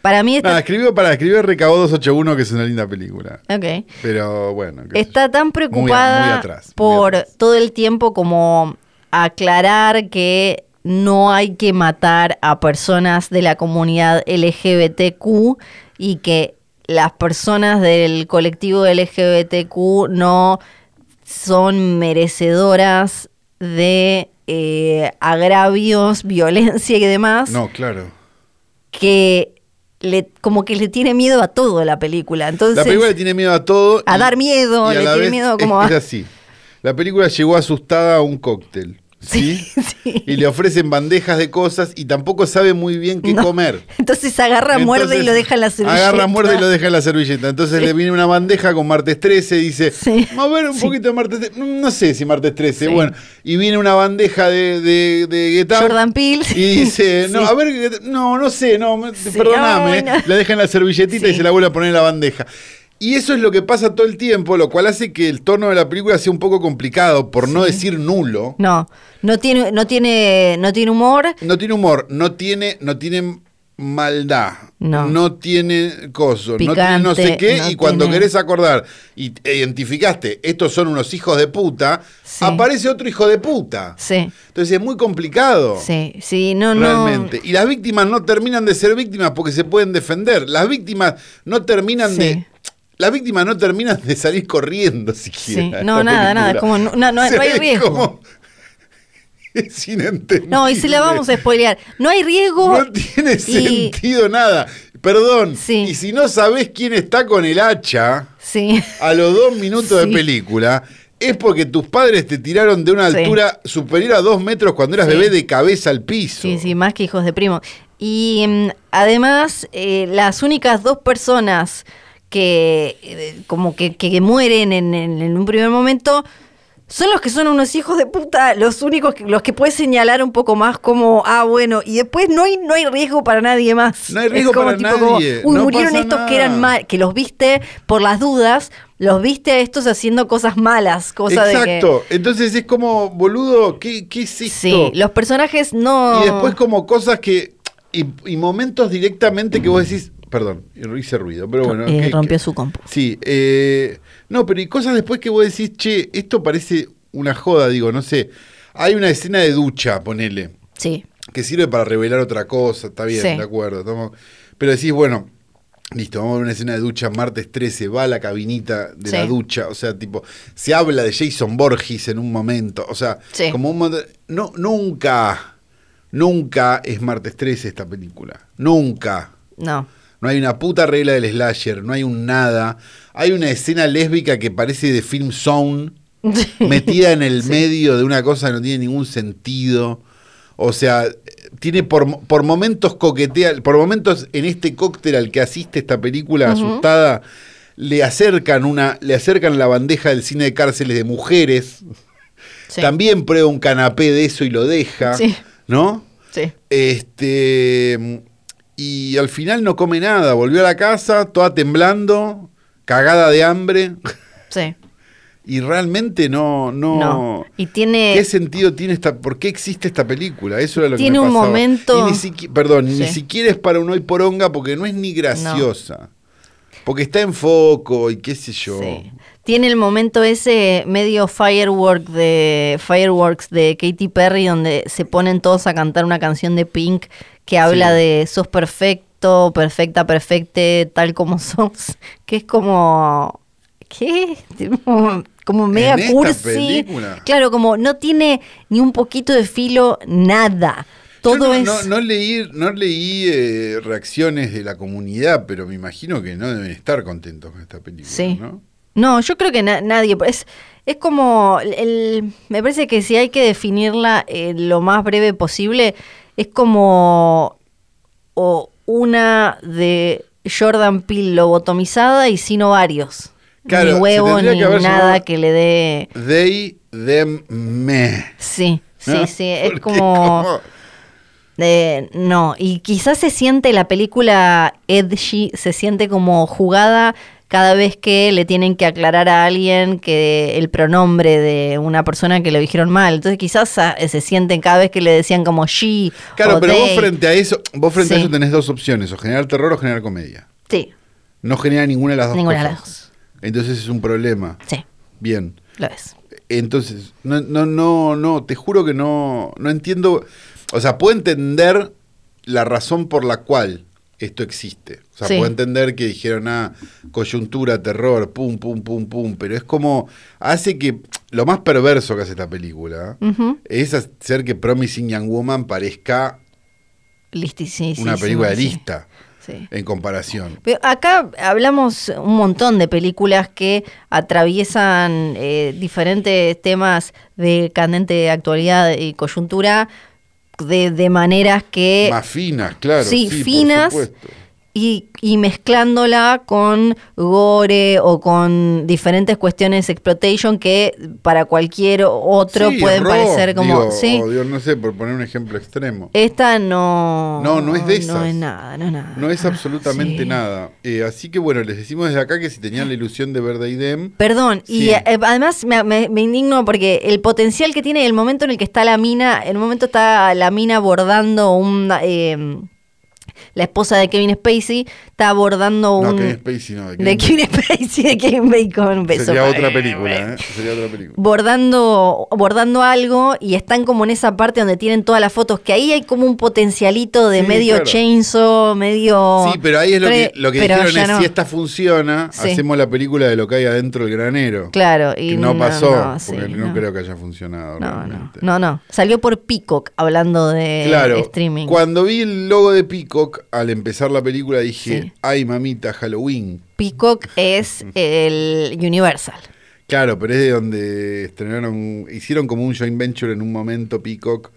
S1: Para mí está...
S2: Nada, escribió para escribir Recabó 281, que es una linda película.
S1: Ok.
S2: Pero bueno. qué sé yo.
S1: Está tan
S2: Muy a- muy
S1: preocupada
S2: atrás, muy
S1: por
S2: atrás.
S1: todo el tiempo como aclarar que no hay que matar a personas de la comunidad LGBTQ y que las personas del colectivo LGBTQ no son merecedoras de eh, agravios, [laughs] violencia y demás,
S2: No, claro.
S1: que le, como que le tiene miedo a todo la película. Entonces,
S2: La película le tiene miedo a todo.
S1: a dar miedo, le tiene miedo
S2: es-
S1: como a-
S2: es, así. La película llegó asustada a un cóctel.
S1: [laughs]
S2: ¿sí?
S1: sí.
S2: Y le ofrecen bandejas de cosas y tampoco sabe muy bien qué
S1: No.
S2: comer.
S1: [laughs] Entonces agarra, muerde y
S2: Entonces,
S1: lo deja en la servilleta.
S2: Agarra, muerde y lo deja en la servilleta. Entonces le viene una bandeja con martes 13 y dice,
S1: Sí.
S2: a ver un
S1: Sí.
S2: poquito de martes 13. Mm, No sé si martes 13,
S1: Sí.
S2: bueno. Y viene una bandeja de, de, de Getafe
S1: Jordan Peele.
S2: Y dice, no,
S1: Sí.
S2: a ver, Getafe- no, no sé, no, me-
S1: Sí,
S2: perdóname.
S1: ay, no.
S2: La deja en la servilletita y
S1: Sí.
S2: se la vuelve a poner en la bandeja. Y eso es lo que pasa todo el tiempo, lo cual hace que el tono de la película sea un poco complicado, por no decir nulo.
S1: [laughs] No, no tiene, no tiene, no tiene humor.
S2: No tiene humor, no tiene, no tiene maldad,
S1: No.
S2: tiene coso,
S1: Picante,
S2: no tiene no sé qué,
S1: no
S2: y cuando
S1: tiene-
S2: querés acordar y te identificaste, estos son unos hijos de puta,
S1: Sí.
S2: aparece otro hijo de puta.
S1: Sí,
S2: Entonces es muy complicado.
S1: sí, sí, no,
S2: Realmente. Y las víctimas no terminan de ser víctimas porque se pueden defender. Las víctimas no terminan
S1: Sí.
S2: de. Las víctimas no terminan de salir corriendo siquiera.
S1: Sí.
S2: en
S1: No,
S2: la
S1: nada, nada,
S2: película.
S1: como no- no- no-
S2: Se
S1: no hay
S2: ve
S1: riesgo.
S2: como- [laughs] Es inentendible.
S1: no. No, y se la vamos a spoilear. No hay riesgo.
S2: No tiene
S1: y-
S2: sentido nada. Perdón.
S1: Sí.
S2: Y si no sabés quién está con el hacha
S1: Sí.
S2: a los dos minutos
S1: Sí.
S2: de película, es porque tus padres te tiraron de una
S1: Sí.
S2: altura superior a dos metros cuando eras
S1: Sí.
S2: bebé de cabeza al piso.
S1: Sí, sí, más que hijos de primo. Y mm, además, eh, las únicas dos personas que eh, como que, que mueren en, en- en un primer momento son los que son unos hijos de puta, los únicos que, los que puedes señalar un poco más como, ah, bueno, y después no hay, no hay riesgo para nadie más.
S2: No hay riesgo
S1: es como
S2: para
S1: tipo
S2: nadie,
S1: Como, Uy,
S2: no
S1: murieron
S2: pasa
S1: estos que eran
S2: nada".
S1: mal, que los viste por las dudas, los viste a estos haciendo cosas malas, cosa de que-
S2: Exacto. Entonces es como, boludo, ¿qué, qué es esto?
S1: Sí, los personajes no...
S2: Y después como cosas que... Y, y momentos directamente que vos decís... Perdón, hice ruido, pero bueno.
S1: Eh,
S2: que-
S1: rompió
S2: que-
S1: su compu.
S2: Sí. eh, no, pero y cosas después que vos decís, che, esto parece una joda, digo, no sé. Hay una escena de ducha, ponele,
S1: Sí.
S2: que sirve para revelar otra cosa, está bien,
S1: Sí.
S2: de acuerdo. estamos- pero decís, bueno... Listo, vamos a ver una escena de ducha, martes 13, va a la cabinita de la
S1: Sí.
S2: ducha, o sea, tipo, se habla de Jason Borges en un momento, o sea,
S1: Sí.
S2: como un montón- No, nunca, nunca es martes 13 esta película, nunca.
S1: No.
S2: No hay una puta regla del slasher, no hay un nada. Hay una escena lésbica que parece de Film Zone, metida en el medio de una cosa que no tiene ningún sentido. O sea, tiene por, mo- por momentos coquetea, por momentos en este cóctel al que asiste esta película asustada, le acercan una, le acercan la bandeja del cine de cárceles de mujeres.
S1: [laughs] Sí.
S2: También prueba un canapé de eso y lo deja.
S1: Sí.
S2: ¿No?
S1: Sí.
S2: Este. Y al final no come nada. Volvió a la casa, toda temblando, cagada de hambre.
S1: Sí.
S2: Y realmente no. no,
S1: No. Y tiene.
S2: ¿Qué sentido tiene esta.? ¿Por qué existe esta película? Eso era lo
S1: Eh, Tiene
S2: que me
S1: un
S2: pasaba.
S1: momento-
S2: Y ni siqui- perdón, ni
S1: Sí.
S2: siquiera es para un hoy poronga porque no es ni graciosa. Porque está en foco y qué sé yo.
S1: Sí. Tiene el momento ese medio firework de fireworks de Katy Perry donde se ponen todos a cantar una canción de Pink que habla de sos perfecto, perfecta, perfecte, tal como [laughs] sos, que es como ¿qué? Tipo, como mega
S2: esta
S1: cursi.
S2: película.
S1: Claro, como no tiene ni un poquito de filo, nada.
S2: Yo
S1: Todo
S2: no,
S1: es
S2: no- no leí, no leí eh, reacciones de la comunidad, pero me imagino que no deben estar contentos con esta película.
S1: Sí.
S2: ¿no?
S1: No, yo creo que na- nadie. Es, es como. el- el- me parece que si hay que definirla eh, lo más breve posible, es como. o una de Jordan Peele lobotomizada y sin ovarios.
S2: Claro,
S1: ni
S2: se
S1: huevo
S2: tendría
S1: ni
S2: que haber
S1: nada
S2: llamado-
S1: que le dé.
S2: They, them, me.
S1: Sí, sí,
S2: ¿no?
S1: sí. Es
S2: [laughs] Porque
S1: como. eh, no, y quizás se siente la película edgy, se siente como jugada cada vez que le tienen que aclarar a alguien que el pronombre de una persona que lo dijeron mal. Entonces quizás ah, se sienten cada vez que le decían como she
S2: Claro,
S1: o
S2: pero vos
S1: they.
S2: frente a eso, vos frente a
S1: Sí.
S2: eso tenés dos opciones, o generar terror o generar comedia.
S1: Sí,
S2: No genera ninguna de las dos
S1: ninguna de
S2: cosas.
S1: las dos.
S2: Entonces es un problema.
S1: Sí,
S2: Bien.
S1: lo es.
S2: Entonces, no, no, no, no, te juro que no, no entiendo. O sea, puedo entender la razón por la cual esto existe. O sea,
S1: Sí.
S2: puedo entender que dijeron, ah, coyuntura, terror, pum, pum, pum, pum. Pero es como, hace que lo más perverso que hace esta película
S1: Ujú.
S2: es hacer que Promising Young Woman parezca
S1: Listísimo.
S2: una película de
S1: sí.
S2: lista
S1: Sí.
S2: en comparación.
S1: Pero acá hablamos un montón de películas que atraviesan eh, diferentes temas de candente actualidad y coyuntura de, de maneras que...
S2: Más finas, claro.
S1: Eh, sí,
S2: por
S1: finas.
S2: supuesto.
S1: Y, y mezclándola con gore o con diferentes cuestiones exploitation que para cualquier otro
S2: Sí,
S1: pueden
S2: Raw,
S1: parecer como...
S2: digo,
S1: sí,
S2: o digo, no sé, por poner un ejemplo extremo.
S1: esta no...
S2: No, no es de esas.
S1: No es nada, no es nada.
S2: No es absolutamente
S1: Ah, Sí.
S2: nada. Eh, así que bueno, les decimos desde acá que si tenían la ilusión de ver Daydem,
S1: Perdón,
S2: Sí.
S1: y eh, además me, me- me indigno porque el potencial que tiene el momento en el que está la mina, el momento está la mina abordando un... eh, la esposa de Kevin Spacey está abordando
S2: no,
S1: un...
S2: Kevin Spacey no, de
S1: Oh. de
S2: Kevin Spacey.
S1: Kevin Spacey, de Kevin Bacon. un beso
S2: sería
S1: para
S2: otra
S1: Kevin
S2: película, ¿eh?
S1: Bacon.
S2: Sería otra película.
S1: Bordando, bordando algo y están como en esa parte donde tienen todas las fotos, que ahí hay como un potencialito de
S2: Sí,
S1: medio
S2: claro.
S1: chainsaw, medio...
S2: Sí, pero ahí es lo que,
S1: Pre-
S2: lo que
S1: pero
S2: dijeron
S1: ya
S2: es
S1: no.
S2: si esta funciona,
S1: Sí.
S2: hacemos la película de lo que hay adentro del granero.
S1: Claro, y
S2: que no, pasó,
S1: sí,
S2: porque no,
S1: no.
S2: creo que haya funcionado
S1: No, no,
S2: realmente.
S1: no, no. Salió por Peacock hablando de
S2: Claro,
S1: streaming.
S2: cuando vi el logo de Peacock al empezar la película dije,
S1: Sí.
S2: ay mamita, Halloween.
S1: Peacock es
S2: Mm.
S1: el Universal.
S2: Claro, pero es de donde estrenaron, hicieron como un joint venture en un momento Peacock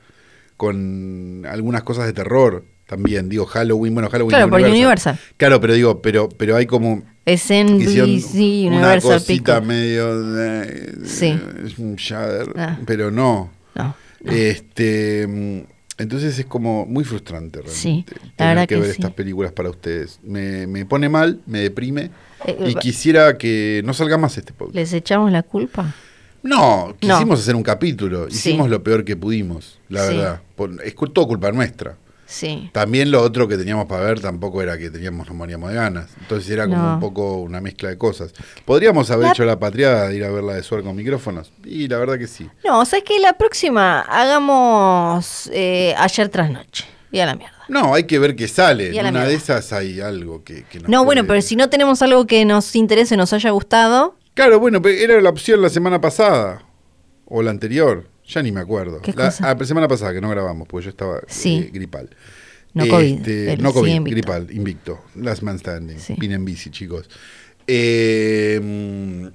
S2: con algunas cosas de terror también, digo Halloween, bueno Halloween.
S1: Claro,
S2: es
S1: porque Universal.
S2: Claro, pero digo, pero pero hay como
S1: Es en
S2: hicieron
S1: NBC
S2: una
S1: Universal
S2: cosita
S1: Peacock.
S2: medio de,
S1: Sí.
S2: es un shudder,
S1: Ah.
S2: pero no.
S1: No.
S2: Este, mm, entonces es como muy frustrante realmente
S1: Sí, la
S2: tener
S1: verdad
S2: que,
S1: que
S2: ver
S1: sí.
S2: estas películas para ustedes. Me, me pone mal, me deprime
S1: Eh,
S2: y
S1: va-
S2: quisiera que no salga más este podcast.
S1: ¿Les echamos la culpa?
S2: No,
S1: No.
S2: quisimos hacer un capítulo,
S1: Sí.
S2: hicimos lo peor que pudimos, la
S1: Sí.
S2: verdad. Por- es cu- todo culpa nuestra.
S1: Sí.
S2: También lo otro que teníamos para ver tampoco era que teníamos, nos moríamos de ganas. Entonces era como
S1: No.
S2: un poco una mezcla de cosas. Podríamos haber
S1: La-
S2: hecho la patriada de ir a verla de suerte con micrófonos. Y la verdad que sí.
S1: No, o sea, es que la próxima hagamos eh, ayer tras noche. Y a la mierda.
S2: No, hay que ver qué sale.
S1: Y a
S2: En
S1: la
S2: una de
S1: mierda.
S2: esas hay algo que, que nos
S1: No, bueno,
S2: puede-
S1: pero si no tenemos algo que nos interese, nos haya gustado,
S2: Claro, bueno, pero era la opción la semana pasada. O la anterior. Ya ni me acuerdo.
S1: ¿Qué
S2: la
S1: cosa?
S2: ah, pero semana pasada que no grabamos, porque yo estaba eh,
S1: Sí.
S2: gripal.
S1: No COVID,
S2: Este,
S1: pero
S2: no
S1: sí
S2: COVID,
S1: invicto.
S2: gripal, invicto. Last man standing.
S1: Sí.
S2: Pin en bici, chicos. Eh, mm,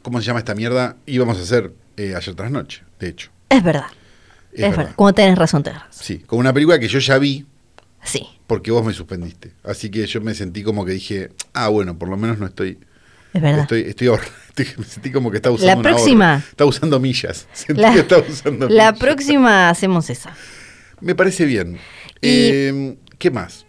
S2: ¿Cómo se llama esta mierda? Íbamos a hacer eh, ayer tras noche, de hecho.
S1: es verdad. Es,
S2: Es
S1: verdad.
S2: verdad.
S1: Como tenés razón, tenés razón.
S2: Sí, con una película que yo ya vi
S1: Sí.
S2: porque vos me suspendiste. Así que yo me sentí como que dije, ah, bueno, por lo menos no estoy
S1: Es verdad.
S2: Estoy, estoy ahor- [laughs] estoy- me sentí como que estaba usando
S1: La
S2: un ahorro.
S1: próxima.
S2: Está usando millas. [laughs] Sentí
S1: La-
S2: que está usando
S1: La
S2: millas.
S1: próxima hacemos esa.
S2: Me parece bien.
S1: Y-
S2: Eh, ¿Qué más?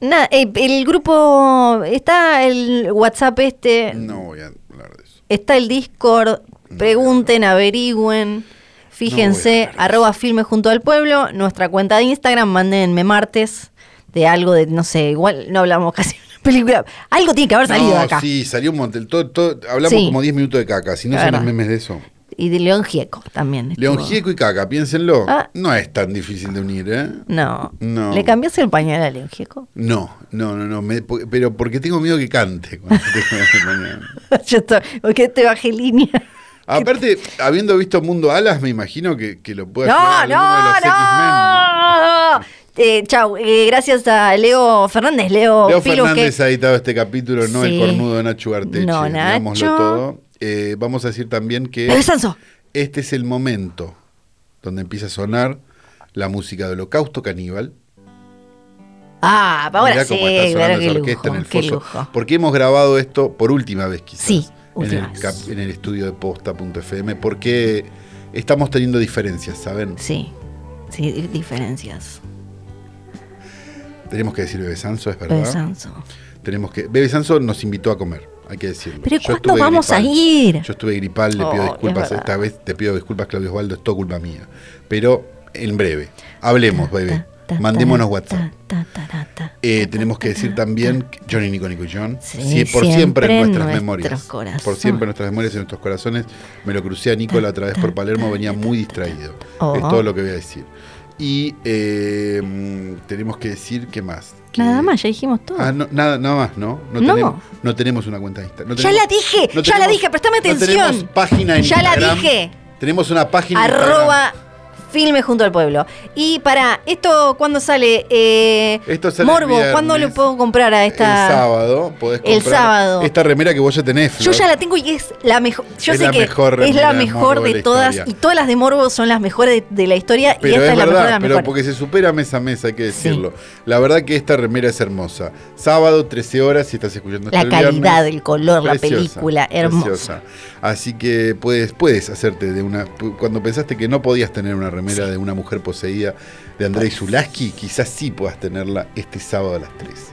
S1: Nada, eh, el grupo, está el WhatsApp este,
S2: No voy a hablar de eso.
S1: está el Discord, pregunten, averigüen,
S2: No voy a
S1: fíjense,
S2: hablar de
S1: arroba filme junto al pueblo, nuestra cuenta de Instagram, mándenme martes de algo de, no sé, igual no hablamos casi de la película, algo tiene que haber salido
S2: no,
S1: de acá.
S2: sí, salió un montón. Todo, todo- hablamos
S1: Sí.
S2: como 10 minutos de caca. Si no
S1: La
S2: son los
S1: verdad.
S2: memes de eso.
S1: Y de León Gieco también. estuvo.
S2: León Gieco y caca, piénsenlo.
S1: Ah.
S2: No es tan difícil de unir, ¿eh?
S1: No.
S2: No.
S1: ¿Le cambiaste el pañal a León Gieco? [laughs]
S2: No, no, no, no. me- po- pero porque tengo miedo que cante. cuando
S1: [laughs]
S2: tengo- mañana.
S1: Yo estoy, porque te bajé línea.
S2: Aparte, habiendo visto Mundo Alas, me imagino que, que lo puede
S1: No,
S2: hacer alguno de
S1: no,
S2: los X-Men.
S1: no. Eh, chau, eh, gracias a Leo Fernández, Leo,
S2: Leo
S1: Filo,
S2: Fernández
S1: que-
S2: ha editado este capítulo, no el
S1: Sí.
S2: cornudo Nacho Garteche.
S1: No,
S2: digámoslo
S1: Nacho.
S2: todo. Eh, vamos a decir también
S1: Leo de
S2: que
S1: Eh, Sanso.
S2: este es el momento donde empieza a sonar la música de Holocausto Caníbal.
S1: Ah, ahora
S2: Mirá
S1: sí,
S2: cómo está sonando
S1: claro,
S2: esa
S1: qué
S2: orquesta
S1: lujo,
S2: en el
S1: qué
S2: foso.
S1: lujo.
S2: Porque hemos grabado esto por última vez, quizás.
S1: Sí,
S2: en,
S1: última
S2: el
S1: vez.
S2: cap- en el estudio de posta.fm, porque estamos teniendo diferencias, ¿saben?
S1: Sí, sí, di- diferencias.
S2: Tenemos que decir Bebe Sanso, es
S1: Leo
S2: verdad.
S1: de Sanso.
S2: Tenemos que. Bebe Sanso nos invitó a comer, hay que decirlo.
S1: Pero
S2: Yo
S1: ¿cuándo
S2: estuve
S1: vamos a
S2: gripal.
S1: ir?
S2: Yo estuve gripal, le pido
S1: Oh,
S2: disculpas
S1: es verdad.
S2: esta vez, te pido disculpas Claudio Osvaldo, es todo culpa mía. Pero en breve, hablemos, bebé.
S1: ta,
S2: Mandémonos
S1: ta,
S2: WhatsApp.
S1: ta, ta, ta, ta,
S2: Eh,
S1: ta,
S2: tenemos
S1: ta,
S2: que
S1: ta,
S2: decir
S1: ta,
S2: también que Johnny Nico Nico y John,
S1: Sí,
S2: sí, por siempre,
S1: siempre
S2: en
S1: en
S2: nuestras
S1: nuestros
S2: memorias.
S1: corazones.
S2: Por siempre en nuestras memorias y en nuestros corazones. Me lo crucé a Nico la otra vez por Palermo, venía muy distraído.
S1: Oh.
S2: Es todo lo que voy a decir. Y eh, mm, tenemos que decir, ¿qué más? Que-
S1: Nada más, ya dijimos todo.
S2: Ah, no, nada, nada más, ¿no? No,
S1: No.
S2: Tenemos, no tenemos una cuenta de Instagram. No
S1: ya
S2: tenemos-
S1: la dije,
S2: no
S1: ya la
S2: tenemos-
S1: dije, prestame
S2: no
S1: atención.
S2: tenemos página en
S1: ya la
S2: Instagram.
S1: dije.
S2: Tenemos una página en Instagram.
S1: Arroba filme junto al pueblo. Y para, ¿esto cuándo sale? Eh,
S2: Esto sale el
S1: Morbo, ¿cuándo
S2: viernes.
S1: lo puedo comprar a esta?
S2: El sábado podés
S1: El
S2: comprar
S1: sábado.
S2: esta remera que vos ya tenés.
S1: Yo
S2: Flor.
S1: ya la tengo y es la mejor. Yo
S2: Es
S1: sé
S2: la
S1: que
S2: mejor
S1: es la
S2: remera de
S1: mejor
S2: Morbo
S1: de,
S2: de la
S1: todas
S2: historia.
S1: y todas las de Morbo son las mejores de, de la historia y
S2: Pero
S1: esta
S2: es,
S1: es, la mejor de
S2: verdad,
S1: las
S2: pero
S1: mejores.
S2: porque se supera mes a mes, hay que
S1: Sí.
S2: decirlo. La verdad que esta remera es hermosa. Sábado, 13 horas, si estás escuchando
S1: La
S2: hasta el
S1: calidad,
S2: viernes.
S1: el color, la película, hermosa.
S2: Así que puedes, puedes hacerte de una. Cuando pensaste que no podías tener una remera de una mujer poseída de Andrei Zulaski, quizás sí puedas tenerla este sábado a las 13.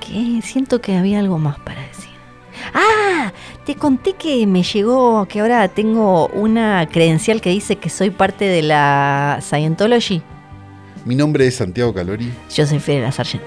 S1: ¿Qué? Siento que había algo más para decir. Ah, te conté que me llegó, que ahora tengo una credencial que dice que soy parte de la Scientology.
S2: Mi nombre es Santiago Calori.
S1: Yo soy Fidel Sargenti.